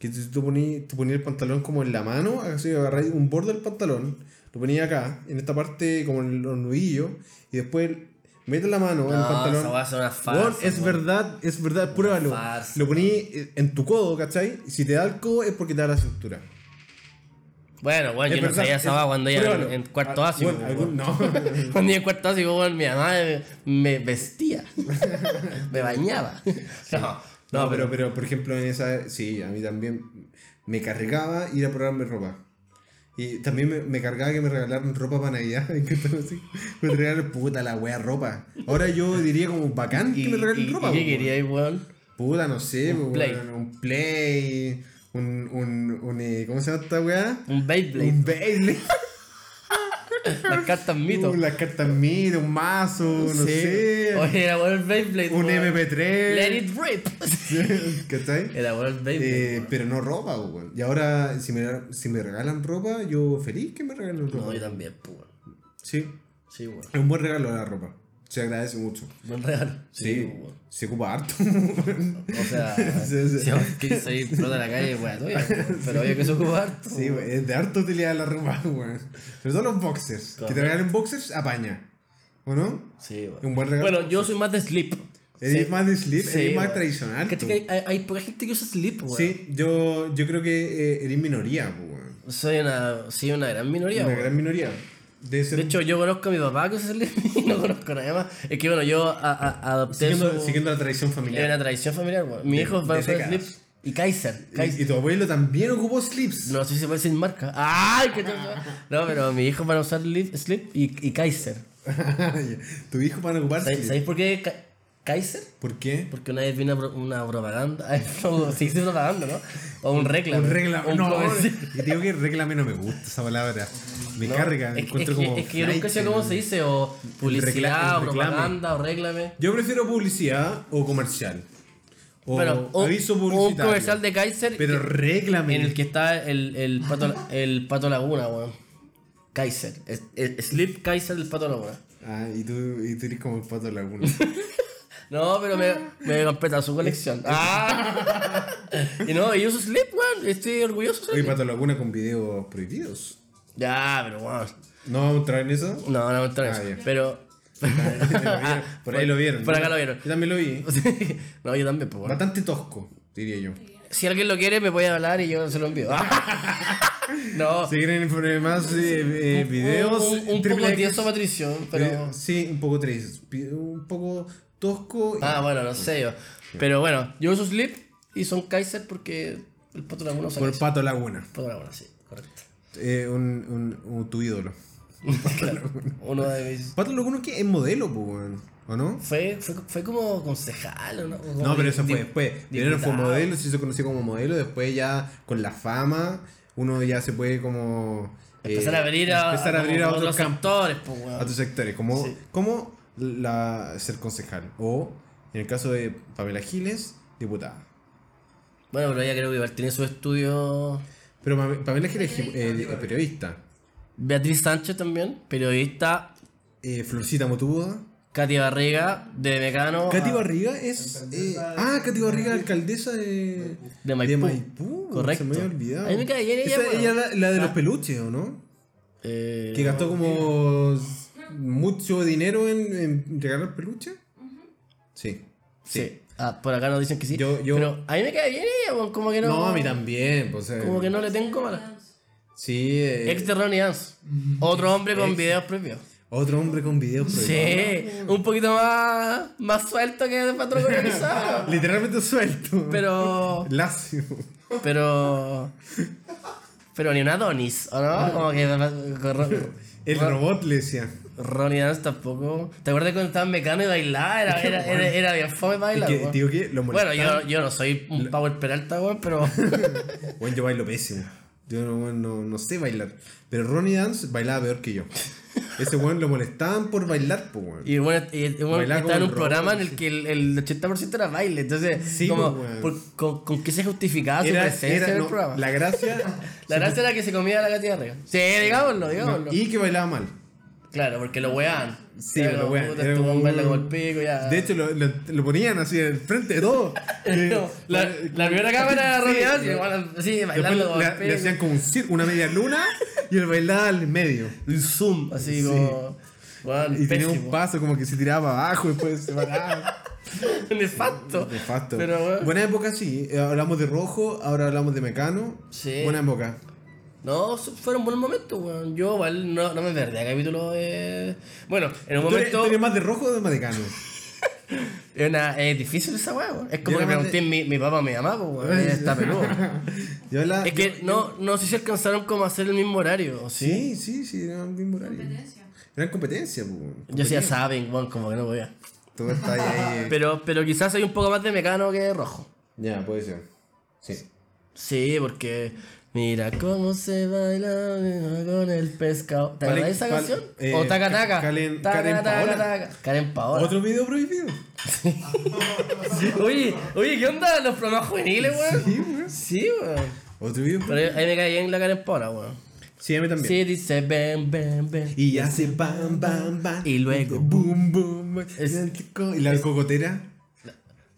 Speaker 1: Que si tú ponías tú ponías el pantalón como en la mano, así agarráis un borde del pantalón, lo ponías acá, en esta parte como en los nudillos, y después metes la mano en el
Speaker 2: No,
Speaker 1: pantalón.
Speaker 2: esa weá es una farsa,
Speaker 1: Weón, es
Speaker 2: weón.
Speaker 1: verdad, es verdad, pruébalo.
Speaker 2: farsa,
Speaker 1: lo poní eh, en tu codo, ¿cachai? Y Si te da el codo es porque te da la cintura.
Speaker 2: Bueno, bueno,
Speaker 1: Es
Speaker 2: yo no
Speaker 1: verdad,
Speaker 2: sabía
Speaker 1: es-
Speaker 2: esa va cuando iba
Speaker 1: pruébalo.
Speaker 2: en, en cuarto
Speaker 1: Ah,
Speaker 2: ácido.
Speaker 1: bueno, algún- no.
Speaker 2: *laughs* Cuando iba en cuarto ácido, bueno, mi mamá me,
Speaker 1: *laughs*
Speaker 2: me vestía. me bañaba. No,
Speaker 1: No,
Speaker 2: no,
Speaker 1: pero, pero por ejemplo, en esa. Sí, a mí también me cargaba ir a probarme ropa. Y también me, me cargaba que me regalaran ropa para Navidad. *laughs* que estaba así. Me regalaron puta la wea ropa. Ahora yo diría como bacán
Speaker 2: ¿Y,
Speaker 1: que me regalen
Speaker 2: y-
Speaker 1: ropa.
Speaker 2: y
Speaker 1: po,
Speaker 2: qué quería weón?
Speaker 1: Puta, no sé, po, weón, un
Speaker 2: Play.
Speaker 1: un play. Un, un, un, eh, ¿Cómo se llama esta weá?
Speaker 2: Un Beyblade.
Speaker 1: Un Beyblade. Uh,
Speaker 2: Las cartas mito.
Speaker 1: Las cartas mito, un mazo, no
Speaker 2: Sí.
Speaker 1: sé.
Speaker 2: Oye, era bueno el Beyblade.
Speaker 1: un
Speaker 2: weón. Let
Speaker 1: MP3.
Speaker 2: it
Speaker 1: *laughs*
Speaker 2: rip. *laughs*
Speaker 1: ¿Cachai?
Speaker 2: era bueno el Beyblade.
Speaker 1: Eh,
Speaker 2: weón.
Speaker 1: pero no ropa, po, weón. Y ahora, si me, si me regalan ropa, yo feliz que me regalen ropa.
Speaker 2: No, yo también, pues, weón.
Speaker 1: Sí,
Speaker 2: Sí, weón.
Speaker 1: es un buen regalo la ropa. Se agradece mucho.
Speaker 2: Buen regalo.
Speaker 1: Sí,
Speaker 2: pues, weón.
Speaker 1: se ocupa
Speaker 2: *laughs*
Speaker 1: harto.
Speaker 2: O sea,
Speaker 1: *laughs* Sí, sí.
Speaker 2: si vos querés salir pronto a la calle,
Speaker 1: *laughs*
Speaker 2: weón, tuya, weón. pero oye que eso ocupa harto.
Speaker 1: sí, güey, es de harta utilidad la ropa, *laughs* güey. Sobre todo los boxers. Que te
Speaker 2: Correcto.
Speaker 1: regalen boxers, apaña. ¿O no?
Speaker 2: Sí, weón.
Speaker 1: Un buen regalo.
Speaker 2: Bueno, yo soy más de sleep.
Speaker 1: Eres
Speaker 2: Sí.
Speaker 1: más de slip,
Speaker 2: Sí,
Speaker 1: eres más
Speaker 2: weón.
Speaker 1: tradicional.
Speaker 2: Cacha
Speaker 1: tú.
Speaker 2: que Hay, hay, hay poca gente que usa sleep, weón.
Speaker 1: Sí, yo, yo creo que eh, eres minoría, pues, weón.
Speaker 2: Soy una, soy una gran minoría,
Speaker 1: Una
Speaker 2: weón.
Speaker 1: gran minoría. Debe ser.
Speaker 2: De hecho, yo conozco a mi papá que usa sleep *laughs* y no conozco a nadie más. Es que bueno, yo a- a- adopté
Speaker 1: siguiendo,
Speaker 2: su-
Speaker 1: siguiendo la tradición familiar.
Speaker 2: Es una tradición familiar, weón. Mi hijo va a
Speaker 1: de
Speaker 2: usar
Speaker 1: décadas.
Speaker 2: slip y Kaiser. Kaiser.
Speaker 1: Y, y tu abuelo también ocupó slips.
Speaker 2: No sé si se puede decir marca. ¡Ay!
Speaker 1: *laughs*
Speaker 2: qué tal- no, pero mi hijo van a usar lip- slip y, y Kaiser.
Speaker 1: *laughs* tu hijo van a ocupar
Speaker 2: ¿Sabéis,
Speaker 1: slips.
Speaker 2: sabéis por qué Ka- Kaiser?
Speaker 1: ¿Por qué?
Speaker 2: Porque una vez vi una, pro- una propaganda. Ay, *laughs* no, se dice propaganda, ¿no? O un reclamo.
Speaker 1: Un regla-
Speaker 2: Un
Speaker 1: no,
Speaker 2: *laughs* comercial.
Speaker 1: y digo que réclame no me gusta esa palabra. Me carga, me
Speaker 2: Es, que-
Speaker 1: encuentro
Speaker 2: es que-
Speaker 1: como.
Speaker 2: es que yo nunca sé
Speaker 1: flight.
Speaker 2: cómo se dice. O publicidad,
Speaker 1: recla- el
Speaker 2: o
Speaker 1: reclamo.
Speaker 2: propaganda, o réglame.
Speaker 1: Yo prefiero publicidad o comercial. O
Speaker 2: Bueno, un-
Speaker 1: aviso
Speaker 2: un
Speaker 1: publicitario.
Speaker 2: comercial de Kaiser
Speaker 1: Pero
Speaker 2: que-
Speaker 1: réglame.
Speaker 2: en el que está el, el, pato, el pato Laguna, weón. Kaiser. Es- es- Slip Kaiser del pato Laguna.
Speaker 1: Ah, y tú, y tú eres como el pato de la laguna.
Speaker 2: No, pero me, me completa
Speaker 1: *laughs*
Speaker 2: su colección. ¡Ah! *laughs* Y no, y uso Slip, weón. Estoy orgulloso.
Speaker 1: Oye, pato de la laguna con videos prohibidos.
Speaker 2: Ya, pero weón.
Speaker 1: ¿No vamos a entrar en eso? *laughs*
Speaker 2: No, no, no,
Speaker 1: Ah, ya.
Speaker 2: Pero. *laughs*
Speaker 1: Por ahí lo vieron.
Speaker 2: Ah, Por acá lo vieron.
Speaker 1: Yo también lo vi.
Speaker 2: no, yo también, pues, weón.
Speaker 1: Bastante tosco, diría yo.
Speaker 2: Si alguien lo quiere, me puede hablar y yo se lo envío. *laughs* no.
Speaker 1: Si quieren informe más eh, eh, videos,
Speaker 2: Un, un, un poco
Speaker 1: triple X.
Speaker 2: tieso, Patricio, pero.
Speaker 1: Eh, Sí, un poco tres. Un poco tosco. y-
Speaker 2: Ah, bueno, no sé yo. Pero bueno, yo uso Slip y son Kaiser porque el pato Laguna usa
Speaker 1: por
Speaker 2: Kaiser.
Speaker 1: Pato Laguna.
Speaker 2: Pato Laguna, sí,
Speaker 1: *laughs*
Speaker 2: correcto.
Speaker 1: Eh, un, un, un- tu ídolo.
Speaker 2: Claro, Uno de mis
Speaker 1: Pato Laguna que es modelo, pues, weón, ¿o no?
Speaker 2: Fue, fue, fue como concejal, ¿o ¿no? O como
Speaker 1: No, pero eso
Speaker 2: di-
Speaker 1: fue después. Primero fue
Speaker 2: diputado.
Speaker 1: modelo, sí se conoció como modelo, después ya con la fama, uno ya se puede como... eh,
Speaker 2: Empezar a abrir a,
Speaker 1: empezar a, abrir a
Speaker 2: como
Speaker 1: otros campos,
Speaker 2: sectores, pues, weón.
Speaker 1: a otros sectores, como,
Speaker 2: Sí.
Speaker 1: como la, ser concejal o, en el caso de Pamela Giles, diputada.
Speaker 2: Bueno, pero ella creo que igual tiene su estudio.
Speaker 1: Pero Ma- Pamela Giles es eh, periodista.
Speaker 2: Beatriz Sánchez también, periodista.
Speaker 1: Eh, Florcita Motuda.
Speaker 2: Katy Barriga, de Mecano.
Speaker 1: Katy
Speaker 2: a-
Speaker 1: Barriga es... eh, ah, Katy Barriga, alcaldesa de...
Speaker 2: De Maipú.
Speaker 1: Se
Speaker 2: Correcto.
Speaker 1: me había olvidado.
Speaker 2: A mí me cae bien ella, Ah.
Speaker 1: Esa-
Speaker 2: bueno.
Speaker 1: ella la, la de los peluches, ¿o no?
Speaker 2: eh,
Speaker 1: Que gastó como s- mucho dinero en, en regalar peluche. Sí.
Speaker 2: sí. Ah, por acá nos dicen que sí.
Speaker 1: Yo- yo-
Speaker 2: Pero a mí me cae bien ella, weón, como que no.
Speaker 1: No, a mí también. Pues, eh,
Speaker 2: Como que no le tengo mala.
Speaker 1: Sí, eh,
Speaker 2: Ex de
Speaker 1: *laughs*
Speaker 2: Ronnie Dance. Otro hombre con videos propios.
Speaker 1: otro hombre con videos.
Speaker 2: Sí, un poquito más, más suelto que el
Speaker 1: *laughs*
Speaker 2: patrón organizado.
Speaker 1: Literalmente suelto.
Speaker 2: Pero.
Speaker 1: Lacio.
Speaker 2: Pero. Pero ni un Adonis, ¿o no? Como que. Ro-
Speaker 1: El robot le decía.
Speaker 2: Ronnie Dance tampoco. ¿Te acuerdas cuando estaba en Mecano y bailaba? Era,
Speaker 1: *laughs*
Speaker 2: era, era, era bien fome bailar.
Speaker 1: Es que,
Speaker 2: weón.
Speaker 1: digo que lo
Speaker 2: bueno, yo,
Speaker 1: molestaban.
Speaker 2: yo no soy un Power Peralta, weón, pero. *laughs*
Speaker 1: Bueno, yo bailo pésimo. Yo no, no, no sé bailar. Pero Ronnie Dance bailaba peor que yo. Ese weón lo molestaban por bailar, pues, weón.
Speaker 2: Y bueno, y- y bueno,
Speaker 1: Bailaba
Speaker 2: estaba en
Speaker 1: como
Speaker 2: un
Speaker 1: el
Speaker 2: programa en
Speaker 1: robot,
Speaker 2: el que el, el 80% era baile. Entonces,
Speaker 1: Sí,
Speaker 2: como,
Speaker 1: pues, weón.
Speaker 2: por- con, ¿con qué se justificaba su
Speaker 1: Era-
Speaker 2: presencia
Speaker 1: era-
Speaker 2: en el
Speaker 1: no,
Speaker 2: programa?
Speaker 1: la gracia.
Speaker 2: *laughs* La gracia era que se comía la gatilla arriba. Sí, digámoslo, digámoslo.
Speaker 1: no, y que bailaba mal.
Speaker 2: Claro, porque lo wean.
Speaker 1: Sí, lo wean. Era
Speaker 2: Era
Speaker 1: como-
Speaker 2: como verla como el pico, ya.
Speaker 1: De hecho, lo, lo- lo ponían así en frente de todo.
Speaker 2: *laughs*
Speaker 1: Eh,
Speaker 2: No, la,
Speaker 1: *laughs*
Speaker 2: la primera cámara rodeada, sí, igual, sí,
Speaker 1: Después
Speaker 2: bailando como el
Speaker 1: le, le
Speaker 2: pico.
Speaker 1: hacían como un cir- una media luna y él bailaba al medio.
Speaker 2: un zoom, así como. Weón,
Speaker 1: Y tenía un
Speaker 2: pésimo.
Speaker 1: paso como que se tiraba abajo y después se paraba.
Speaker 2: *laughs* Nefasto.
Speaker 1: Nefasto.
Speaker 2: Pero weón.
Speaker 1: Buena época, sí. Eh, Hablamos de Rojo, ahora hablamos de Mecano.
Speaker 2: Sí.
Speaker 1: Buena época.
Speaker 2: No, su- fueron buenos momentos, weón. Yo igual no, no me perdí el capítulo de. Bueno, en
Speaker 1: ¿Tú
Speaker 2: un
Speaker 1: eres,
Speaker 2: momento.
Speaker 1: tú eres más de Rojo o de
Speaker 2: *laughs*
Speaker 1: Mecano?
Speaker 2: Es, una- es difícil esa weá, weón. Es como
Speaker 1: Yo
Speaker 2: que
Speaker 1: era más
Speaker 2: pregunté a mi, mi papá o mi mamá, pues, weón. Ella está peluda.
Speaker 1: Yo hablaba-
Speaker 2: Es que no, no sé si alcanzaron como a hacer el mismo horario, ¿sí?
Speaker 1: Sí, sí, sí, eran bien horarios. Eran competencia, pues.
Speaker 2: Yo sí ya saben, weón, como que no podía.
Speaker 1: Tú estás ahí.
Speaker 2: *laughs*
Speaker 1: eh.
Speaker 2: Pero, pero quizás hay un poco más de mecano que de rojo.
Speaker 1: Ya, puede ser. Sí.
Speaker 2: Sí, porque. Mira cómo se baila con el pescado. ¿Te
Speaker 1: Vale,
Speaker 2: acuerdas de esa
Speaker 1: vale,
Speaker 2: canción?
Speaker 1: eh,
Speaker 2: o taca taca.
Speaker 1: Karen-
Speaker 2: Taca,
Speaker 1: Karen
Speaker 2: taca,
Speaker 1: Paola.
Speaker 2: taca. Karen Paola.
Speaker 1: ¿Otro video prohibido?
Speaker 2: *laughs* Oye, oye, ¿qué onda los programas juveniles, weón? Sí, weón.
Speaker 1: Otro video prohibido.
Speaker 2: Pero ahí me cae bien la Karen Paola, weón.
Speaker 1: Sí, a mí también.
Speaker 2: Sí, dice bam, bam, bam.
Speaker 1: Y ya se bam, bam, bam.
Speaker 2: Y luego,
Speaker 1: Boom, boom. boom.
Speaker 2: Es-
Speaker 1: y la cocotera.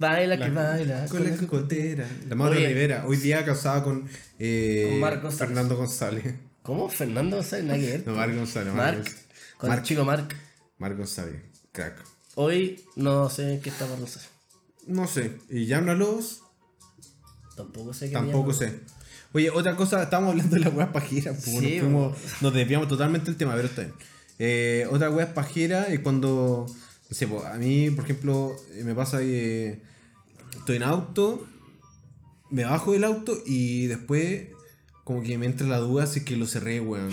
Speaker 2: Baila que baila.
Speaker 1: Con la
Speaker 2: con-
Speaker 1: cocotera. La Mauro
Speaker 2: Oye.
Speaker 1: Rivera. Hoy día casada con, eh,
Speaker 2: Con Marc González.
Speaker 1: Fernando González.
Speaker 2: ¿Cómo? Fernando González, nada que ver.
Speaker 1: No, Marc González. Marc
Speaker 2: Mark.
Speaker 1: González.
Speaker 2: Con
Speaker 1: Marc.
Speaker 2: el chico Mark.
Speaker 1: Marc González. Crack.
Speaker 2: Hoy no sé en qué está Marc González.
Speaker 1: No sé. Y ya no los.
Speaker 2: Tampoco sé qué
Speaker 1: Tampoco
Speaker 2: mierda.
Speaker 1: sé. Oye, otra cosa, estábamos hablando de las weas pajeras, po,
Speaker 2: Sí,
Speaker 1: nos, pues, fuimos- nos desviamos totalmente del tema, pero está bien. Eh, otra wea pajera es cuando, no sé, po, a mí, por ejemplo, eh, me pasa que estoy en auto, me bajo del auto y después como que me entra la duda si es que lo cerré,
Speaker 2: *laughs*
Speaker 1: weón.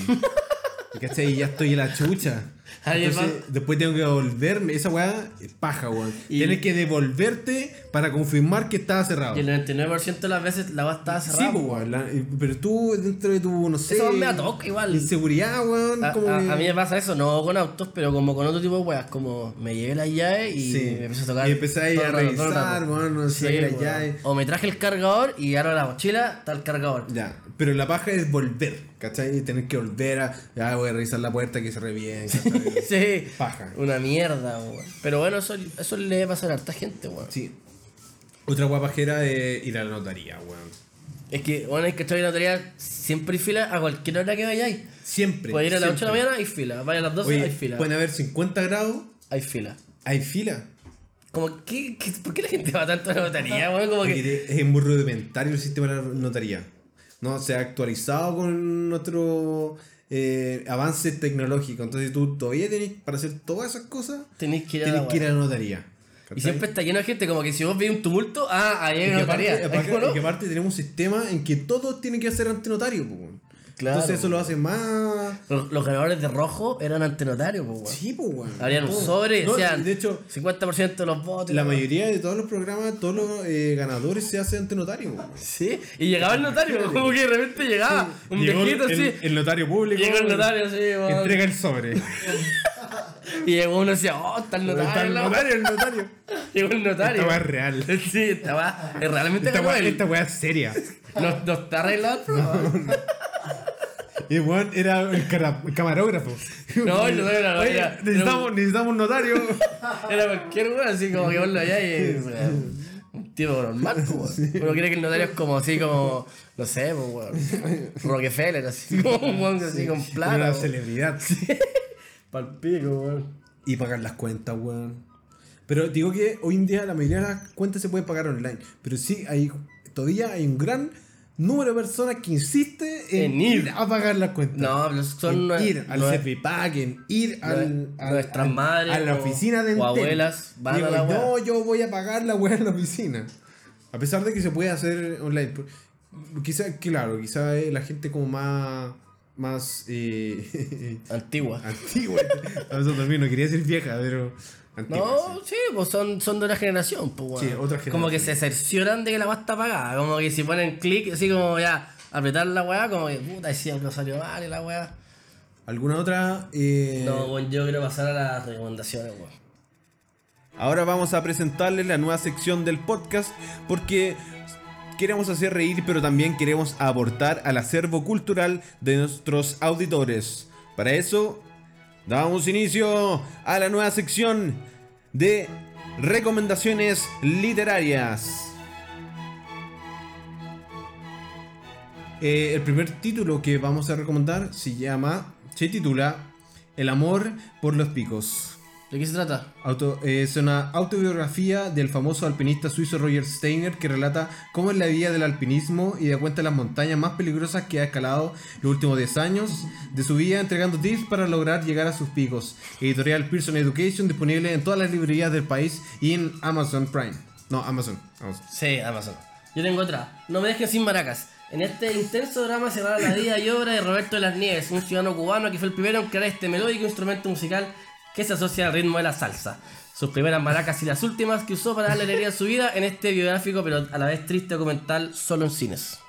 Speaker 1: ¿Cachai? Y ya estoy en la chucha.
Speaker 2: Alguien
Speaker 1: Entonces, después tengo que devolverme, esa weá es paja, weón.
Speaker 2: Y-
Speaker 1: Tienes que devolverte para confirmar que estaba cerrado.
Speaker 2: Y el 99% de las veces la va a estar cerrada.
Speaker 1: Sí, pues, weón, la- eh, pero tú dentro de tu, no sé.
Speaker 2: Eso me atoca igual.
Speaker 1: Inseguridad, weón.
Speaker 2: A,
Speaker 1: como
Speaker 2: a-
Speaker 1: que-
Speaker 2: Ah, a mí me pasa eso, no con autos, pero como con otro tipo de weas, como me llevé las llaves y
Speaker 1: Sí.
Speaker 2: me empiezo a tocar.
Speaker 1: Y empecé ahí
Speaker 2: todo el
Speaker 1: a
Speaker 2: rato, todo el rato.
Speaker 1: revisar, weón, no sé, las
Speaker 2: weón.
Speaker 1: llaves.
Speaker 2: O me traje el cargador y ahora la mochila está
Speaker 1: *laughs*
Speaker 2: el cargador.
Speaker 1: Ya, pero la paja es volver, ¿cachai? Y tener que volver a. Ya, voy a revisar la puerta que cerré
Speaker 2: *laughs*
Speaker 1: bien, ¿cachai?
Speaker 2: Sí,
Speaker 1: Paja.
Speaker 2: una mierda, weón. Pero bueno, eso, eso le debe pasar a harta gente, weón.
Speaker 1: sí. Otra guapajera de ir a la notaría, weón.
Speaker 2: Es que, bueno, es que estoy en la notaría, siempre hay fila a cualquier hora que vayáis.
Speaker 1: Siempre.
Speaker 2: Puedes ir a las 8 de la
Speaker 1: siempre.
Speaker 2: mañana, hay fila. Vaya a las 12,
Speaker 1: Oye,
Speaker 2: hay fila.
Speaker 1: Pueden haber 50 grados,
Speaker 2: Hay fila.
Speaker 1: hay fila.
Speaker 2: Como, ¿qué, qué- por qué la gente va tanto a la notaría, weón? Como que.
Speaker 1: Porque Es muy rudimentario el sistema de la notaría. No, se ha actualizado con nuestro eh, avance tecnológico. Entonces tú todavía tenés, para hacer todas esas cosas,
Speaker 2: Tenéis que ir a la
Speaker 1: tienes que ir
Speaker 2: weá.
Speaker 1: a la notaría.
Speaker 2: Y siempre está lleno de gente, como que si vos veis un tumulto, ah, ahí hay una
Speaker 1: ¿Cachai? Y que aparte-
Speaker 2: notaría.
Speaker 1: aparte-
Speaker 2: Es como, ¿no?
Speaker 1: y que aparte tenemos un sistema en que todo tiene que hacer ante notario. po, weón.
Speaker 2: Claro,
Speaker 1: Entonces eso
Speaker 2: weón.
Speaker 1: lo hace más...
Speaker 2: Los, los ganadores de rojo eran antenotarios, pues, weón.
Speaker 1: Sí, po, weón.
Speaker 2: Abrían un
Speaker 1: Todo.
Speaker 2: sobre y
Speaker 1: No,
Speaker 2: decían
Speaker 1: De hecho,
Speaker 2: 50% de los votos.
Speaker 1: la mayoría de todos los programas, todos los eh, ganadores se hacen ante notario. po, weón.
Speaker 2: Sí, y llegaba el notario, como que de repente llegaba un
Speaker 1: Llegó
Speaker 2: viejito
Speaker 1: el-
Speaker 2: así.
Speaker 1: El notario público.
Speaker 2: Llegó el notario así, weón.
Speaker 1: Entrega el sobre.
Speaker 2: Y llegó uno y decía, oh, está el notario.
Speaker 1: Está el
Speaker 2: la
Speaker 1: notario, el notario.
Speaker 2: weá. Llegó el notario.
Speaker 1: Esta weá es real.
Speaker 2: *laughs* Sí, estaba. Realmente
Speaker 1: Esta
Speaker 2: ganó
Speaker 1: weá,
Speaker 2: él.
Speaker 1: esta weá es seria.
Speaker 2: No, no está arreglado el programa.
Speaker 1: Y el weón era el, cara- el camarógrafo.
Speaker 2: No, el notario era-
Speaker 1: Oye,
Speaker 2: era-
Speaker 1: necesitamos, necesitamos un notario.
Speaker 2: Era cualquier weón, así como que vos lo allá y. o sea, Un tipo normal, pues, weón. Uno cree que el notario es como así, como. No sé, pues, weón. Rockefeller, así como un weón así con
Speaker 1: Era
Speaker 2: plata.
Speaker 1: una
Speaker 2: weón.
Speaker 1: celebridad.
Speaker 2: Palpico, weón.
Speaker 1: Y pagar las cuentas, weón. Pero digo que hoy en día la mayoría de las cuentas se pueden pagar online. Pero sí, hay, todavía hay un gran número de personas que insiste en,
Speaker 2: En ir.
Speaker 1: a pagar las cuentas.
Speaker 2: No, pero son.
Speaker 1: en
Speaker 2: nue-
Speaker 1: ir al
Speaker 2: nue-
Speaker 1: Servipack, en ir al,
Speaker 2: nue-
Speaker 1: al-
Speaker 2: nuestras
Speaker 1: al-
Speaker 2: madres
Speaker 1: a la
Speaker 2: o-
Speaker 1: oficina de
Speaker 2: o abuelas van a la weá.
Speaker 1: No, yo voy a pagar la weá en la oficina. A pesar de que se puede hacer online. por- Quizá, claro, quizá eh, la gente como más. más. eh, *laughs*
Speaker 2: Antigua.
Speaker 1: antigua. *laughs* A veces también no quería decir vieja, pero. antigua. sí.
Speaker 2: No, sí, pues son, son de una generación, pues, weón.
Speaker 1: Sí, otra generación.
Speaker 2: Como que se cercioran de que la weá está pagada. Como que si ponen clic, así como ya, apretar la weá, como que puta, y si algo salió mal y la weá.
Speaker 1: ¿Alguna otra? eh,
Speaker 2: No, bueno, yo quiero pasar a las recomendaciones, weón.
Speaker 4: Ahora vamos a presentarles la nueva sección del podcast porque queremos hacer reír, pero también queremos aportar al acervo cultural de nuestros auditores. Para eso, damos inicio a la nueva sección de recomendaciones literarias.
Speaker 1: Eh, el primer título que vamos a recomendar se llama, se titula El amor por los picos.
Speaker 2: ¿De qué se trata?
Speaker 1: Auto- eh, es una autobiografía del famoso alpinista suizo Roger Steiner que relata cómo es la vida del alpinismo y da cuenta de las montañas más peligrosas que ha escalado los últimos 10 años de su vida, entregando tips para lograr llegar a sus picos. Editorial Pearson Education disponible en todas las librerías del país y en Amazon Prime. No, Amazon. Amazon.
Speaker 2: Sí, Amazon. Yo tengo otra. No me dejen sin maracas. En este intenso drama se va la vida y obra de Roberto de las Nieves, un ciudadano cubano que fue el primero en crear este melódico instrumento musical que se asocia al ritmo de la salsa. Sus primeras maracas y las últimas que usó para darle alegría a su vida en este biográfico, pero a la vez triste documental solo en cines.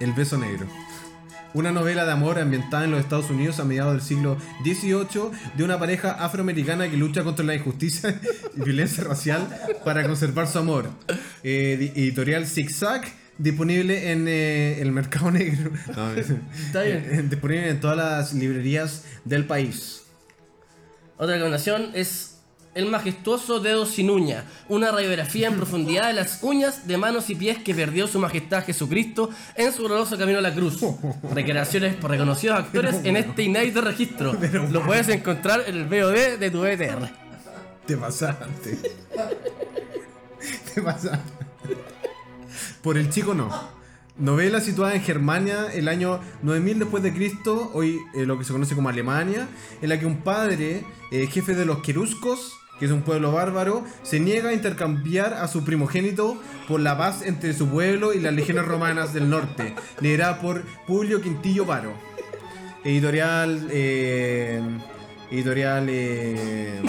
Speaker 1: El beso negro. Una novela de amor ambientada en los Estados Unidos a mediados del siglo XVIII de una pareja afroamericana que lucha contra la injusticia y violencia racial para conservar su amor. Eh, di- editorial Zig Zag Disponible en eh, el mercado *laughs* negro. No,
Speaker 2: Está bien.
Speaker 1: Disponible en todas las librerías del país.
Speaker 2: Otra recomendación es El majestuoso dedo sin uña, una radiografía en profundidad de las uñas de manos y pies que perdió su majestad Jesucristo en su glorioso camino a la cruz. Recreaciones por reconocidos actores en este inédito registro. Lo puedes encontrar en el VOD de tu VTR.
Speaker 1: Te pasaste. Te pasaste. Por el chico no. Novela situada en Germania el año 9000 después de Cristo, hoy eh, lo que se conoce como Alemania, en la que un padre, eh, jefe de los queruscos, que es un pueblo bárbaro, se niega a intercambiar a su primogénito por la paz entre su pueblo y las legiones romanas del norte, liderada por Publio Quintillo Varo. Editorial... eh, editorial... eh,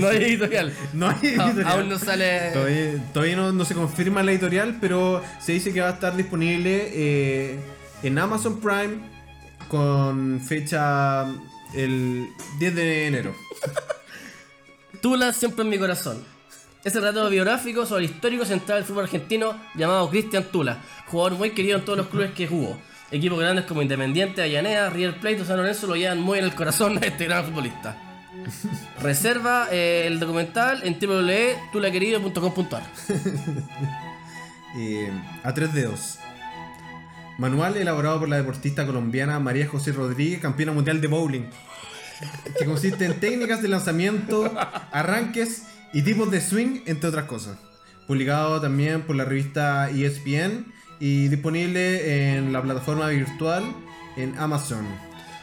Speaker 2: No hay editorial.
Speaker 1: *laughs* no hay
Speaker 2: A-
Speaker 1: editorial.
Speaker 2: Aún no sale.
Speaker 1: Todavía, todavía no, no se confirma la editorial, pero se dice que va a estar disponible eh, en Amazon Prime con fecha el 10 de enero.
Speaker 2: Tula siempre en mi corazón. Es el relato biográfico sobre el histórico central del fútbol argentino llamado Cristian Tula, jugador muy querido en todos los clubes que jugó. Equipos grandes como Independiente, Ayanea, River Plate o San Lorenzo lo llevan muy en el corazón a este gran futbolista. Reserva eh, el documental en www.tulaquerido.com.ar.
Speaker 1: Eh, a tres dedos. Manual elaborado por la deportista colombiana María José Rodríguez, campeona mundial de bowling. Que consiste en técnicas de lanzamiento, arranques y tipos de swing, entre otras cosas. Publicado también por la revista E ESPN y disponible en la plataforma virtual en Amazon.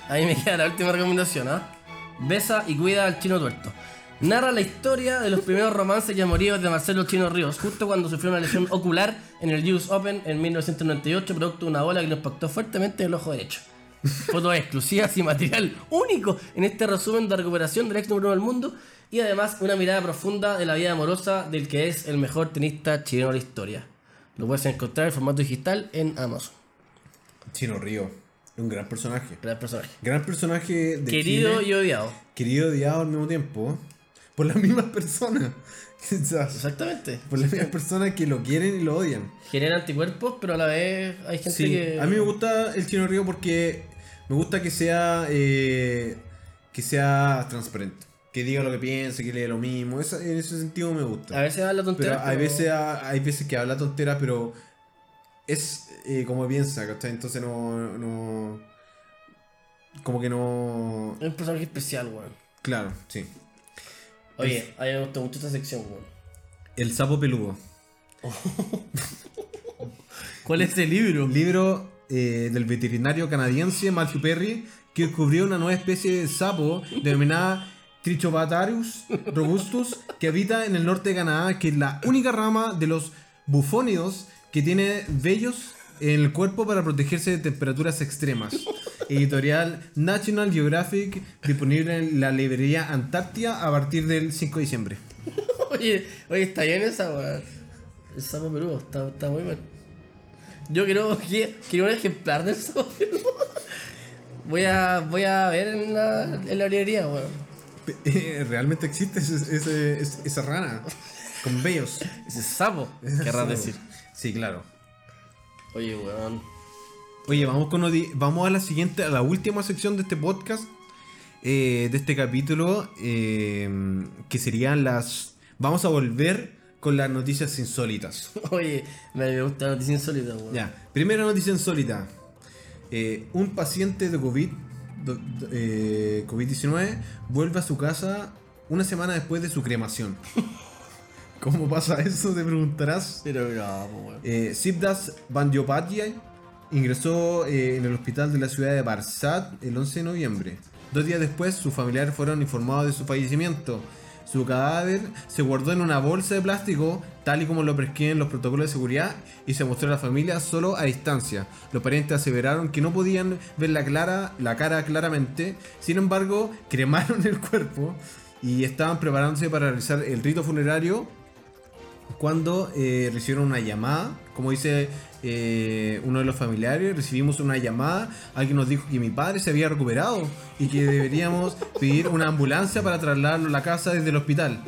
Speaker 2: Ahí me queda la última recomendación, ¿ah? Besa y cuida al chino tuerto. Narra la historia de los primeros romances y amoríos de Marcelo Chino Ríos, justo cuando sufrió una lesión ocular en el US Open en 1998, producto de una bola que lo impactó fuertemente en el ojo derecho. Fotos exclusivas y material único en este resumen de recuperación del ex número uno del mundo y además una mirada profunda de la vida amorosa del que es el mejor tenista chileno de la historia. Lo puedes encontrar en formato digital en Amazon.
Speaker 1: Chino Río, un gran personaje.
Speaker 2: Gran personaje.
Speaker 1: Gran personaje de
Speaker 2: Querido
Speaker 1: Chile,
Speaker 2: y odiado.
Speaker 1: querido y odiado al mismo tiempo. Por las mismas personas. *laughs* Quizás.
Speaker 2: Exactamente.
Speaker 1: Por las mismas personas que lo quieren y lo odian.
Speaker 2: genera anticuerpos, pero a la vez hay gente
Speaker 1: Sí,
Speaker 2: que.
Speaker 1: a mí me gusta el Chino Río porque me gusta que sea eh, que sea transparente. Que diga lo que piensa, que lea lo mismo. Esa- en ese sentido me gusta.
Speaker 2: A veces da la
Speaker 1: pero
Speaker 2: tontera.
Speaker 1: hay veces ha- hay veces que habla tontera, pero es eh, como piensa, ¿cachai? Entonces no, no. Como que no.
Speaker 2: Es un personaje especial, weón.
Speaker 1: Claro, sí.
Speaker 2: Oye, a mí me gustó mucho esta sección, weón. *laughs*
Speaker 1: El sapo peludo.
Speaker 2: ¿Cuál es el libro?
Speaker 1: Un libro eh, del veterinario canadiense Matthew Perry que descubrió una nueva especie de sapo denominada Trichobatarius robustus que habita en el norte de Canadá, que es la única rama de los bufónidos que tiene vellos en el cuerpo para protegerse de temperaturas extremas. Editorial National Geographic, disponible en la librería Antártida a partir del 5 de diciembre.
Speaker 2: oye, oye, está bien esa, weón. El sapo peludo, está, está muy bien. Yo quiero, qui- quiero un ejemplar del sapo peludo. *laughs* Voy a, voy a ver en la, en la librería, weón.
Speaker 1: *laughs* Realmente existe ese- ese- ese- esa rana con vellos. *laughs*
Speaker 2: Ese sapo, querrás decir.
Speaker 1: Sí, claro.
Speaker 2: Oye, weón. *laughs*
Speaker 1: Oye, vamos con Odi- vamos a la siguiente, a la última sección de este podcast, eh, de este capítulo, eh, que serían las. Vamos a volver con las noticias insólitas.
Speaker 2: Oye, me, me gusta la noticia insólita, weón.
Speaker 1: Ya, primera noticia insólita. Eh, un paciente de COVID, do- do- eh, COVID-19 vuelve a su casa una semana después de su cremación. ¿Cómo pasa eso? Te preguntarás.
Speaker 2: Pero no, pues, *laughs* weón.
Speaker 1: Eh, Sibdas Bandyopadhyay ingresó eh, en el hospital de la ciudad de Barsat el 11 de noviembre. Dos días después, sus familiares fueron informados de su fallecimiento. Su cadáver se guardó en una bolsa de plástico, tal y como lo prescriben los protocolos de seguridad, y se mostró a la familia solo a distancia. Los parientes aseveraron que no podían ver la, clara, la cara claramente, sin embargo, cremaron el cuerpo y estaban preparándose para realizar el rito funerario cuando eh, recibieron una llamada, como dice eh, uno de los familiares, recibimos una llamada, alguien nos dijo que mi padre se había recuperado y que deberíamos pedir una ambulancia para trasladarlo a la casa desde el hospital.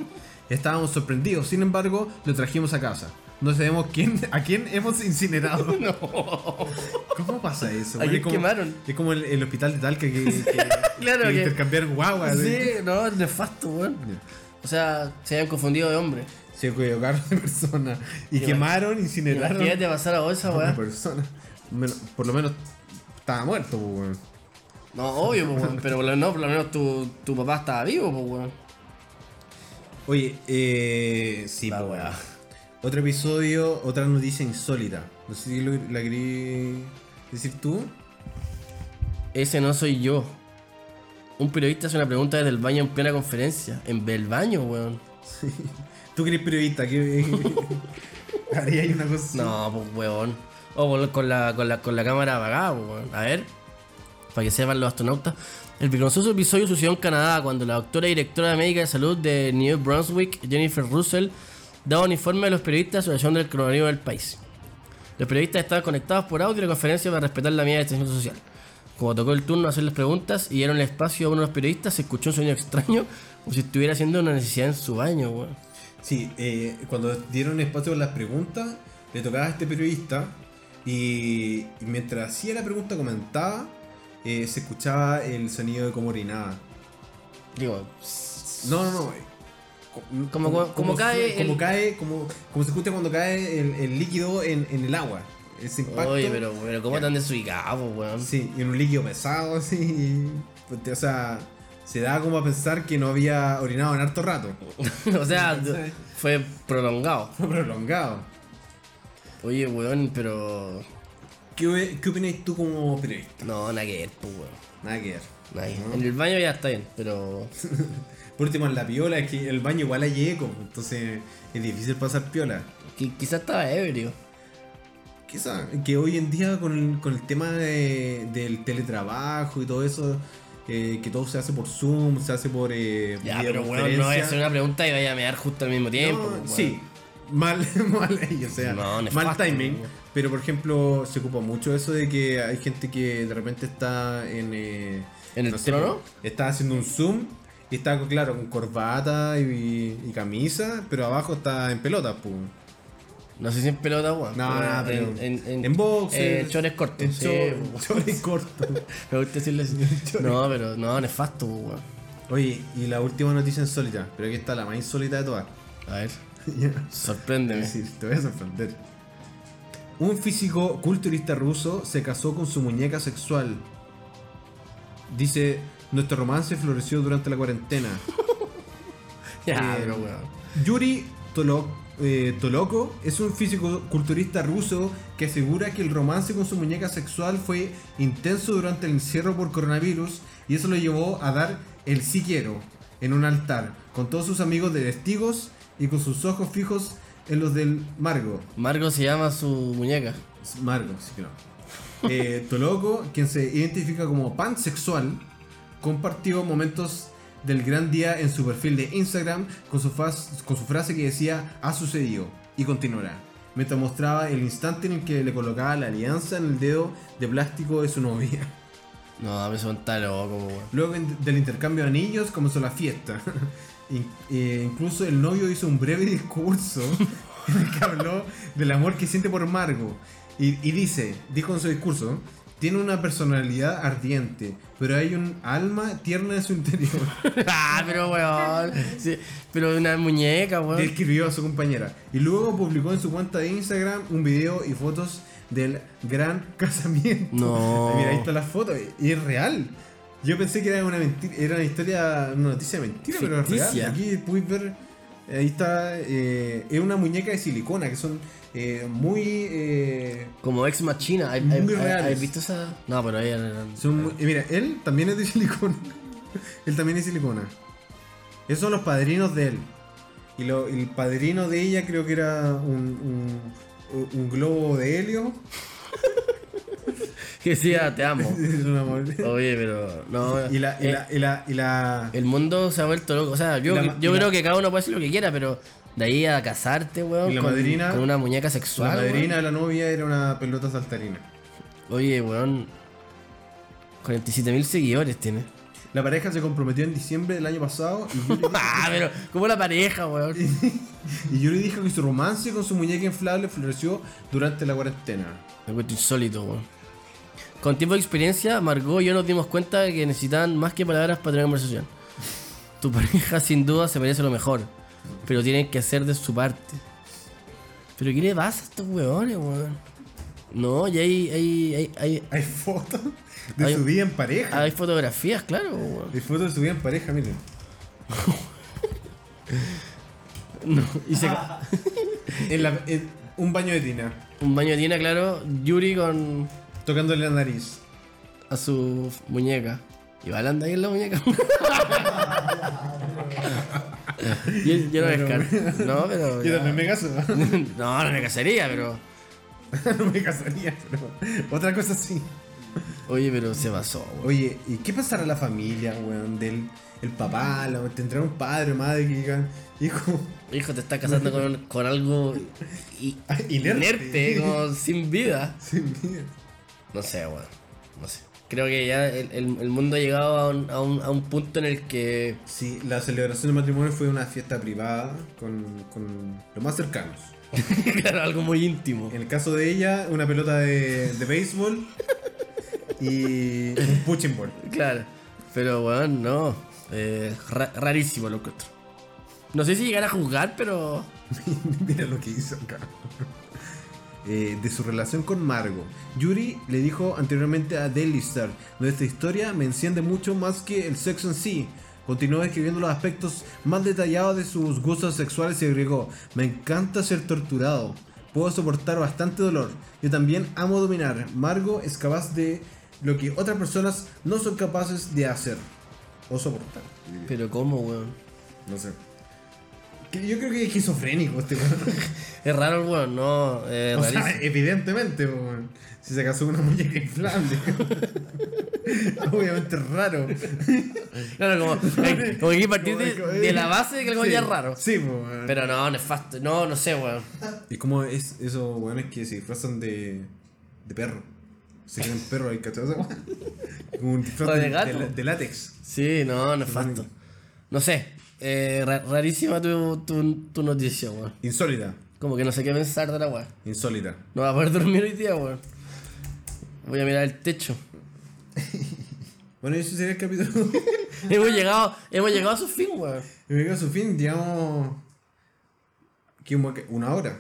Speaker 1: Estábamos sorprendidos, sin embargo, lo trajimos a casa. No sabemos quién, a quién hemos incinerado. *laughs* ¿Cómo pasa eso?
Speaker 2: Ayer
Speaker 1: man? Es como-
Speaker 2: quemaron.
Speaker 1: Es como el, el hospital de Talca que,
Speaker 2: *laughs*
Speaker 1: que-
Speaker 2: Claro
Speaker 1: que
Speaker 2: que-
Speaker 1: intercambiaron guaguas.
Speaker 2: Sí,
Speaker 1: ¿eh?
Speaker 2: no, es nefasto, weón. O sea, se habían confundido de hombre.
Speaker 1: Se equivocaron de persona. Y
Speaker 2: Imag-
Speaker 1: quemaron, incineraron
Speaker 2: Imagínate pasar a bolsa,
Speaker 1: a una
Speaker 2: weón.
Speaker 1: persona. Me- Por lo menos estaba muerto, pues, weón.
Speaker 2: No, obvio, pues, weón. Pero por lo, no, por lo menos tu, tu papá estaba vivo, pues, weón.
Speaker 1: Oye, eh, sí,
Speaker 2: La
Speaker 1: po,
Speaker 2: weá.
Speaker 1: weón. Otro episodio, otra noticia insólita. No sé si lo- la querí decir tú.
Speaker 2: Ese no soy yo. Un periodista hace una pregunta desde el baño en plena conferencia. En el baño, weón.
Speaker 1: Tú que eres periodista, *laughs* que haría ahí una cosa. así.
Speaker 2: No, pues, weón. O con la- con la, con la, con la cámara apagada, pues, weón. A ver, para que sepan los astronautas. El vergonzoso episodio sucedió en Canadá cuando la doctora y directora de médica de salud de New Brunswick, Jennifer Russell, daba un informe a los periodistas sobre la situación del coronavirus del país. Los periodistas estaban conectados por audio y la conferencia para respetar la medida de distanciamiento social. Como tocó el turno de hacer las preguntas y dieron el espacio a uno de los periodistas, se escuchó un sonido extraño como si estuviera haciendo una necesidad en su baño, weón.
Speaker 1: Sí, eh, cuando dieron espacio a las preguntas, le tocaba a este periodista y, y mientras hacía la pregunta comentada, eh, se escuchaba el sonido de como orinaba.
Speaker 2: Digo,
Speaker 1: No, no, no. eh, co-
Speaker 2: Como- como cae
Speaker 1: su- Como
Speaker 2: el-
Speaker 1: cae, como, como se escucha cuando cae el, el líquido en, en el agua. Ese impacto.
Speaker 2: oye, pero, pero ¿cómo tan desubicado, pues, weón?
Speaker 1: Sí, en un líquido pesado, *laughs* así. y, puta, o sea, se daba como a pensar que no había orinado en harto rato.
Speaker 2: *laughs*
Speaker 1: *laughs*
Speaker 2: o sea, fue prolongado.
Speaker 1: Fue prolongado.
Speaker 2: Oye, weón, pero.
Speaker 1: ¿Qué, qué opinas tú como periodista?
Speaker 2: No, nada que ver, pues, weón.
Speaker 1: Nada que ver.
Speaker 2: Nada que ver. En el baño ya está bien, pero.
Speaker 1: Por último, en la piola, es que el baño igual hay eco, entonces es difícil pasar piola.
Speaker 2: qui- quizás estaba ebrio.
Speaker 1: Quizá que hoy en día con el, con el tema de- del teletrabajo y todo eso, eh, que todo se hace por Zoom, se hace por... eh,
Speaker 2: Ya, pero weón, no voy a hacer una pregunta y vaya a mear justo al mismo tiempo.
Speaker 1: No,
Speaker 2: pues, weón.
Speaker 1: sí, mal, *laughs* mal ahí, o sea,
Speaker 2: No, nefasto,
Speaker 1: mal timing.
Speaker 2: weón.
Speaker 1: Pero por ejemplo, se ocupa mucho eso de que hay gente que de repente está en. eh,
Speaker 2: ¿En el
Speaker 1: sé,
Speaker 2: trono?
Speaker 1: Está haciendo un zoom y está, claro, con corbata y, y camisa, pero abajo está en pelotas, pues.
Speaker 2: No sé si en pelota, weón.
Speaker 1: No, no, pero.
Speaker 2: En, en, en,
Speaker 1: boxers,
Speaker 2: eh, chores cortos.
Speaker 1: en
Speaker 2: sí,
Speaker 1: chor-
Speaker 2: weón.
Speaker 1: chores cortos.
Speaker 2: *laughs* Me gusta decirle
Speaker 1: *laughs*
Speaker 2: así. No, pero no, nefasto, pues, weón.
Speaker 1: Oye, y la última noticia insólita, pero aquí está la más insólita de todas.
Speaker 2: A ver, sorpréndeme.
Speaker 1: Sí, te voy a sorprender. Un físico culturista ruso se casó con su muñeca sexual. Dice, nuestro romance floreció durante la cuarentena.
Speaker 2: Ya,
Speaker 1: Eh,
Speaker 2: pero weón.
Speaker 1: Yuri Tolo- eh, Toloko es un físico culturista ruso que asegura que el romance con su muñeca sexual fue intenso durante el encierro por coronavirus y eso lo llevó a dar el sí quiero en un altar, con todos sus amigos de testigos y con sus ojos fijos en los del Margo.
Speaker 2: Margo se llama su muñeca.
Speaker 1: Margo, sí que no. Eh, Toloco, quien se identifica como pansexual, compartió momentos del gran día en su perfil de Instagram con su, faz- con su frase que decía ha sucedido y continuará. Mientras mostraba el instante en el que le colocaba la alianza en el dedo de plástico de su novia.
Speaker 2: No, a mí son tan loco, pues,
Speaker 1: *laughs*
Speaker 2: weón.
Speaker 1: Luego en- del intercambio de anillos comenzó la fiesta. *laughs* In- eh, incluso el novio hizo un breve discurso en el que habló del amor que siente por Margo. Y, y dice, dijo en su discurso, tiene una personalidad ardiente, pero hay un alma tierna en su interior.
Speaker 2: ah, pero weón. Sí, pero una muñeca, weón.
Speaker 1: Describió a su compañera. Y luego publicó en su cuenta de Instagram un video y fotos del gran *laughs* casamiento. Ah,
Speaker 2: No.
Speaker 1: Mira, ahí está la foto. Y es real. Yo pensé que era una mentira, era una historia, una noticia de mentira, pero es real.
Speaker 2: Ficticia.
Speaker 1: Aquí puedes ver, ahí está, eh, es una muñeca de silicona que son eh, muy, eh,
Speaker 2: Como ex machina. ¿Has
Speaker 1: Muy reales.
Speaker 2: visto esa? No, pero ella no- no-
Speaker 1: son muy- eh, mira, él también es de *laughs* silicona, él también es silicona. Esos son los padrinos de él. Y lo- el padrino de ella creo que era un, un- un globo de helio.
Speaker 2: Que
Speaker 1: *laughs*
Speaker 2: decía, te amo.
Speaker 1: Es un amor.
Speaker 2: Oye, pero. No. Eh,
Speaker 1: Y la, y la, y la, y la-
Speaker 2: El mundo se ha vuelto loco. O sea, yo,
Speaker 1: Y la-
Speaker 2: yo
Speaker 1: y la-
Speaker 2: creo que cada uno puede hacer lo que quiera, pero de ahí a casarte, weón,
Speaker 1: Y la
Speaker 2: con,
Speaker 1: madrina-
Speaker 2: con una muñeca
Speaker 1: la
Speaker 2: sexual.
Speaker 1: madrina de la novia era una pelota saltarina. *laughs*
Speaker 2: weón. Oye, weón. 47.000 seguidores tiene.
Speaker 1: La pareja se comprometió en diciembre del año pasado y Yuri,
Speaker 2: *laughs* Ah, pero como la pareja, weón.
Speaker 1: y Yuri dijo que su romance con su muñeca inflable floreció durante la cuarentena.
Speaker 2: Algo insólito, weón. Con tiempo de experiencia, Margot y yo nos dimos cuenta de que necesitaban más que palabras para tener conversación. Tu *laughs* pareja sin duda se merece lo mejor, pero tienen que hacer de su parte. ¿Pero qué le pasa a estos weones, weón? No, y hay, hay, hay, hay,
Speaker 1: Hay fotos de
Speaker 2: Hay-
Speaker 1: su vida en pareja.
Speaker 2: hay fotografías, claro, weón. *laughs*
Speaker 1: Hay fotos de su vida en pareja, miren.
Speaker 2: No, y se ca-
Speaker 1: En la- en un baño de tina,
Speaker 2: un baño de tina, claro, Yuri con
Speaker 1: tocándole la nariz.
Speaker 2: a su muñeca. Y Balanda ahí en la muñeca. *laughs* yo, yo no descarto. No, pero.
Speaker 1: Yo
Speaker 2: ya.
Speaker 1: también me caso.
Speaker 2: *laughs* no, no me casaría, pero.
Speaker 1: *laughs* no me casaría, pero otra cosa sí.
Speaker 2: Oye, pero se pasó, güey.
Speaker 1: Oye, ¿y qué pasará a la familia, weón? Del el papá, la- tendrá un padre o madre que digan, hijo, *laughs*
Speaker 2: Hijo, te estás casando con, con algo i-
Speaker 1: Ah, Inerte.
Speaker 2: inerte, como sin vida.
Speaker 1: sin vida.
Speaker 2: No sé, weón. No sé. Creo que ya el, el- el mundo ha llegado a un, a un- a un punto en el que. *laughs*
Speaker 1: Sí, la celebración del matrimonio fue una fiesta privada con, con los más cercanos.
Speaker 2: claro, algo muy íntimo.
Speaker 1: En el caso de ella, una pelota de, de béisbol y un punching ball.
Speaker 2: Claro. Pero, weón, no. Eh, ra- rarísimo lo encuentro. No sé si llegar a juzgar, pero.
Speaker 1: *laughs* Mira lo que hizo acá. Eh, de su relación con Margo. Yuri le dijo anteriormente a Daily Star, nuestra historia me enciende mucho más que el sexo en sí. Continuó escribiendo los aspectos más detallados de sus gustos sexuales y agregó, me encanta ser torturado, puedo soportar bastante dolor, yo también amo dominar, Margo es capaz de lo que otras personas no son capaces de hacer o soportar.
Speaker 2: Pero, ¿cómo, weón?
Speaker 1: No sé. Que Yo creo que es esquizofrénico este weón.
Speaker 2: Es raro, weón, no. Eh,
Speaker 1: O sea,
Speaker 2: rarísimo.
Speaker 1: evidentemente, po, weón. si se casó con una muñeca inflable. *laughs* Obviamente es raro.
Speaker 2: *laughs* Claro, como, hay- como hay que partir de,
Speaker 1: Como- eh,
Speaker 2: de la base de que algo
Speaker 1: Sí,
Speaker 2: ya es raro.
Speaker 1: Sí, po, weón.
Speaker 2: Pero no, nefasto. No, no sé, weón.
Speaker 1: ¿Y cómo es esos weones que se disfrazan de, de perro? Se
Speaker 2: *laughs*
Speaker 1: creen perro ahí, ¿cachai? Como un disfraz
Speaker 2: O de
Speaker 1: de,
Speaker 2: gato.
Speaker 1: de- de látex.
Speaker 2: Sí, no, nefasto. No sé. Eh, ra- rarísima tu, tu, tu noticia, weón.
Speaker 1: Insólita,
Speaker 2: Como que no sé qué pensar de la weón.
Speaker 1: insólita.
Speaker 2: No va a poder *laughs* dormir hoy día, weón. Voy a mirar el techo.
Speaker 1: Bueno, y eso sería el capítulo. *laughs*
Speaker 2: Hemos llegado, hemos llegado a su fin, weón.
Speaker 1: y me quedo a su fin, digamos. ¿Qué, un buen ca- una hora.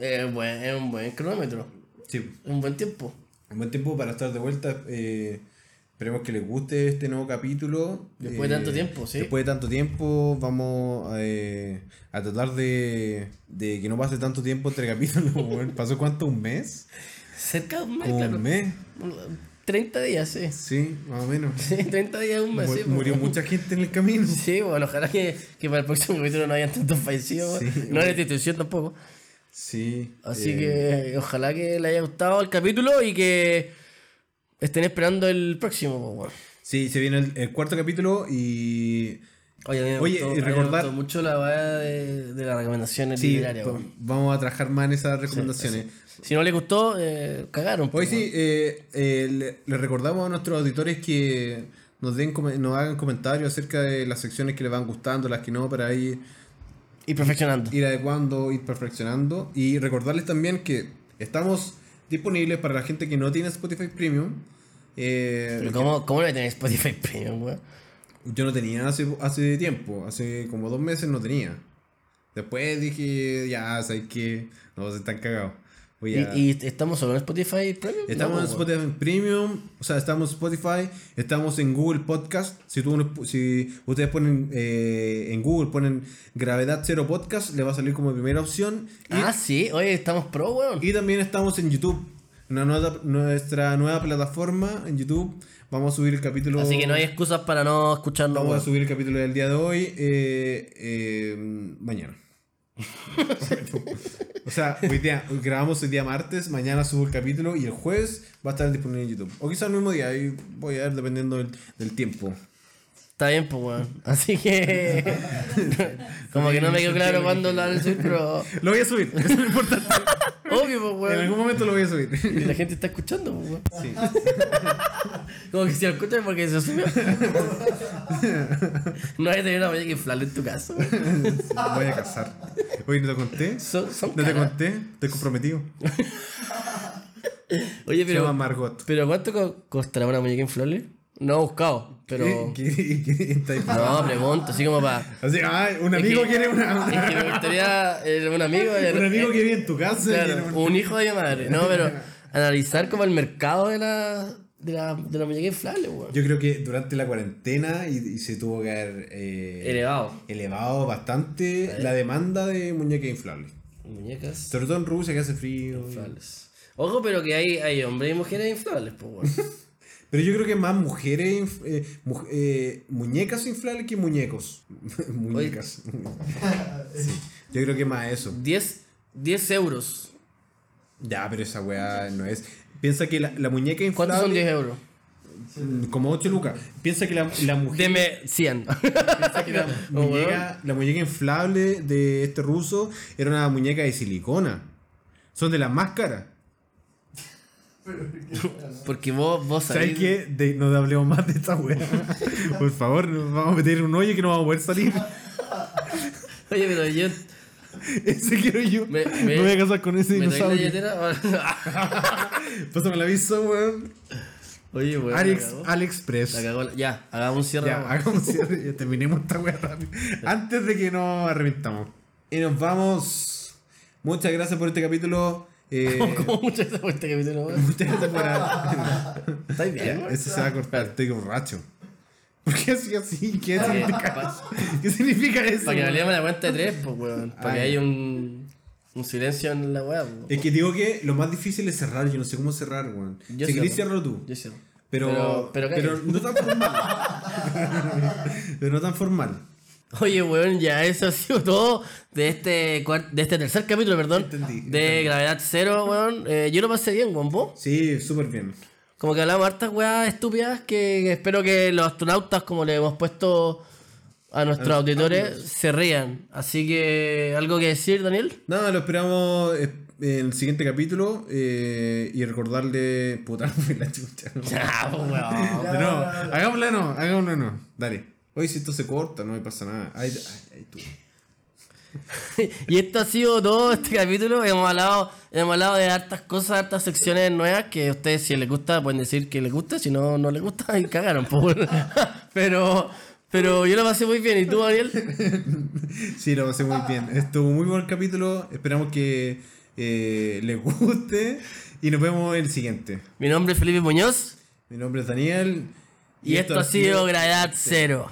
Speaker 2: Eh, buen- es un buen cronómetro.
Speaker 1: Sí.
Speaker 2: Es un buen tiempo.
Speaker 1: Un buen tiempo para estar de vuelta. eh, esperemos que les guste este nuevo capítulo. Eh,
Speaker 2: Después de tanto tiempo, sí.
Speaker 1: Después de tanto tiempo, vamos eh, a tratar de, de que no pase tanto tiempo entre *laughs* capítulos. weón. ¿Pasó cuánto? ¿Un mes?
Speaker 2: Cerca de un mes,
Speaker 1: Como
Speaker 2: claro.
Speaker 1: un mes,
Speaker 2: 30 días, sí. *laughs*
Speaker 1: sí, más o menos.
Speaker 2: Sí, 30 días es un mes,
Speaker 1: Mu-
Speaker 2: sí, pues. po.
Speaker 1: murió mucha gente en el camino.
Speaker 2: Sí, bueno, ojalá que, que para el próximo capítulo no hayan tantos fallecidos.
Speaker 1: Sí,
Speaker 2: no
Speaker 1: bueno.
Speaker 2: hay destitución tampoco.
Speaker 1: Sí.
Speaker 2: Así
Speaker 1: eh,
Speaker 2: que ojalá que les haya gustado el capítulo y que estén esperando el próximo. po, weón.
Speaker 1: Sí, se viene el, el cuarto capítulo y.
Speaker 2: Oye, a mí me
Speaker 1: Oye, y
Speaker 2: gustó- a mí me
Speaker 1: recordar-
Speaker 2: gustó mucho la weá de, de las recomendaciones
Speaker 1: Sí,
Speaker 2: literarias.
Speaker 1: pues,
Speaker 2: weón.
Speaker 1: vamos a trabajar más en esas recomendaciones.
Speaker 2: Si no les gustó, eh, cagaron. po,
Speaker 1: Hoy
Speaker 2: weón.
Speaker 1: sí, eh, eh, le, le recordamos a nuestros auditores que nos den come- nos hagan comentarios acerca de las secciones que les van gustando, las que no, para ahí
Speaker 2: Y perfeccionando.
Speaker 1: ir adecuando, ir perfeccionando. Y recordarles también que estamos disponibles para la gente que no tiene Spotify Premium. Eh,
Speaker 2: Pero ¿cómo, ¿Cómo no voy a tener Spotify *laughs* Premium, weón?
Speaker 1: yo no tenía hace, hace tiempo, hace como dos meses no tenía. Después dije, ya, ¿sabes qué? No, se están cagados. Voy a-
Speaker 2: ¿Y, y estamos solo en Spotify Premium?
Speaker 1: Estamos
Speaker 2: No,
Speaker 1: en
Speaker 2: po,
Speaker 1: Spotify Premium, o sea, estamos en Spotify, estamos en Google Podcast. Si, tú, no- si ustedes ponen eh, en Google, ponen Gravedad Cero Podcast, le va a salir como primera opción. Y,
Speaker 2: weón. Ah, sí, oye, estamos pro, weón.
Speaker 1: y también estamos en YouTube, una nueva- nuestra nueva plataforma en YouTube. Vamos a subir el capítulo.
Speaker 2: Así que no hay excusas para no escucharnos,
Speaker 1: Vamos a
Speaker 2: weón.
Speaker 1: subir el capítulo del día de hoy eh, eh, mañana. *laughs* o sea, hoy día, hoy grabamos el día martes, mañana subo el capítulo y el jueves va a estar disponible en YouTube. O quizás el mismo día, ahí voy a ver dependiendo del, del tiempo.
Speaker 2: Está bien, pues,
Speaker 1: *laughs*
Speaker 2: weón. Así que. como que no me quedó claro cuándo lo van a subir, pero.
Speaker 1: *laughs*
Speaker 2: *laughs*
Speaker 1: Lo voy a subir, eso es lo importante.
Speaker 2: Obvio, pues, pues,
Speaker 1: En
Speaker 2: weón.
Speaker 1: algún momento lo voy a subir. *laughs*
Speaker 2: Y la gente está escuchando, pues, weón. Como que si lo escuchas porque
Speaker 1: *laughs*
Speaker 2: se subió. no hay que tener una olla que inflarle en tu casa. weón.
Speaker 1: Voy a casar. Oye, ¿no te conté?
Speaker 2: Son, son
Speaker 1: ¿No te
Speaker 2: caras.
Speaker 1: conté? Estoy comprometido.
Speaker 2: Oye,
Speaker 1: Se llama
Speaker 2: pero,
Speaker 1: Margot.
Speaker 2: pero ¿cuánto co- costará una muñeca inflable? No he buscado, pero.
Speaker 1: *laughs* ¿Qué- qué- qué estáis-
Speaker 2: No, pregunto, así como para.
Speaker 1: Así, ay, un amigo
Speaker 2: que-
Speaker 1: quiere una.
Speaker 2: Es que me gustaría eh, un amigo. eh,
Speaker 1: *laughs* Un amigo
Speaker 2: eh,
Speaker 1: quiere en tu casa.
Speaker 2: claro,
Speaker 1: quiere un-
Speaker 2: un hijo de mi madre. No, pero analizar como el mercado de la, de la, de la muñeca inflable, weón.
Speaker 1: Yo creo que durante la cuarentena y, y se tuvo que haber eh,
Speaker 2: Elevado.
Speaker 1: elevado bastante la demanda de muñecas inflables.
Speaker 2: Muñecas.
Speaker 1: Sobre todo en Rusia que hace frío.
Speaker 2: inflables. Ojo, pero que hay, hay hombres y mujeres inflables, pues, weón.
Speaker 1: Pero yo creo que más mujeres, inf- eh, mu- eh, muñecas inflables que muñecos. *laughs* muñecas. Sí, Yo creo que más eso.
Speaker 2: 10, 10 euros.
Speaker 1: Ya, pero esa weá no es. Piensa que la, la muñeca inflable.
Speaker 2: ¿Cuántos son 10 euros?
Speaker 1: Mm, Como 8 lucas. Piensa que la, la mujer.
Speaker 2: Deme 100.
Speaker 1: piensa que la,
Speaker 2: Oh,
Speaker 1: muñeca, la muñeca inflable de este ruso era una muñeca de silicona. Son de las más caras.
Speaker 2: Porque vos, vos
Speaker 1: ¿Sabes
Speaker 2: sabés.
Speaker 1: qué? De- no hablemos más de esta
Speaker 2: *laughs*
Speaker 1: weá. Por favor, nos vamos a meter en un hoyo que no vamos a poder
Speaker 2: *laughs*
Speaker 1: salir.
Speaker 2: Oye, pero yo.
Speaker 1: Ese quiero yo.
Speaker 2: Me-
Speaker 1: Me,
Speaker 2: me-
Speaker 1: voy a casar con ese
Speaker 2: ¿Me traes la
Speaker 1: dinosaurio.
Speaker 2: billetera? *laughs*
Speaker 1: Pásame el aviso, weón.
Speaker 2: Oye, weón. la
Speaker 1: Alex,
Speaker 2: cagó. La
Speaker 1: AliExpress.
Speaker 2: cagó la- Ya, hagamos un cierre.
Speaker 1: Ya,
Speaker 2: weón.
Speaker 1: hagamos cierre, ya terminemos esta weá rápido. Antes de que nos arrepintamos. Y nos vamos. Muchas gracias por este capítulo. Eh,
Speaker 2: *laughs* ¿Cómo mucho esa vuelta que me hicieron, weón?
Speaker 1: muchas gracias por.
Speaker 2: ¿Estáis bien,
Speaker 1: Ya,
Speaker 2: weón?
Speaker 1: Eso se va a cortar, estoy borracho. *laughs* ¿Por qué así así?
Speaker 2: *laughs*
Speaker 1: ¿Qué significa, ¿Qué significa eso?
Speaker 2: Para que
Speaker 1: weón?
Speaker 2: valiéramos la cuenta de tres, pues, weón. Para
Speaker 1: Ah,
Speaker 2: que
Speaker 1: ya.
Speaker 2: haya un, un silencio en la weá, pues. weón.
Speaker 1: Es que digo que lo más difícil es cerrar, yo no sé cómo cerrar, weón. Si
Speaker 2: Yo
Speaker 1: querés cierro
Speaker 2: cierro.
Speaker 1: tú.
Speaker 2: Yo cierro.
Speaker 1: Pero,
Speaker 2: Pero- pero
Speaker 1: pero,
Speaker 2: ¿qué?
Speaker 1: no tan formal. *laughs* pero no tan formal.
Speaker 2: Oye, weón, ya eso ha sido todo de este, cuar- de este tercer capítulo, perdón.
Speaker 1: Entendí,
Speaker 2: de Gravedad Cero, weón. Eh, yo lo pasé bien, weón, vos.
Speaker 1: Sí, súper bien.
Speaker 2: Como que hablamos hartas weas estúpidas que espero que los astronautas, como le hemos puesto a nuestros auditores, se rían. Así que, ¿algo que decir, Daniel?
Speaker 1: Nada, lo esperamos eh, en el siguiente capítulo eh, y recordarle. Puta, *laughs* no fui la chucha. No,
Speaker 2: *laughs* Ya, pues, weón.
Speaker 1: no, hagámoslo no, hagámoslo no. Dale. Hoy si esto se corta, no me pasa nada. Ay, ay, ay, tú.
Speaker 2: *laughs* y esto ha sido todo este capítulo. Hemos hablado, hemos hablado de hartas cosas, hartas secciones nuevas que a ustedes, si les gusta, pueden decir que les gusta. Si no, no les gusta, *laughs* y cagaron. po, weón. pero, pero yo lo pasé muy bien. ¿Y tú, Daniel?
Speaker 1: Sí, lo pasé muy bien. Estuvo muy buen capítulo. Esperamos que eh, les guste. Y nos vemos en el siguiente.
Speaker 2: Mi nombre es Felipe Muñoz.
Speaker 1: Mi nombre es Daniel.
Speaker 2: Y, esto, ha sido Gravedad Cero.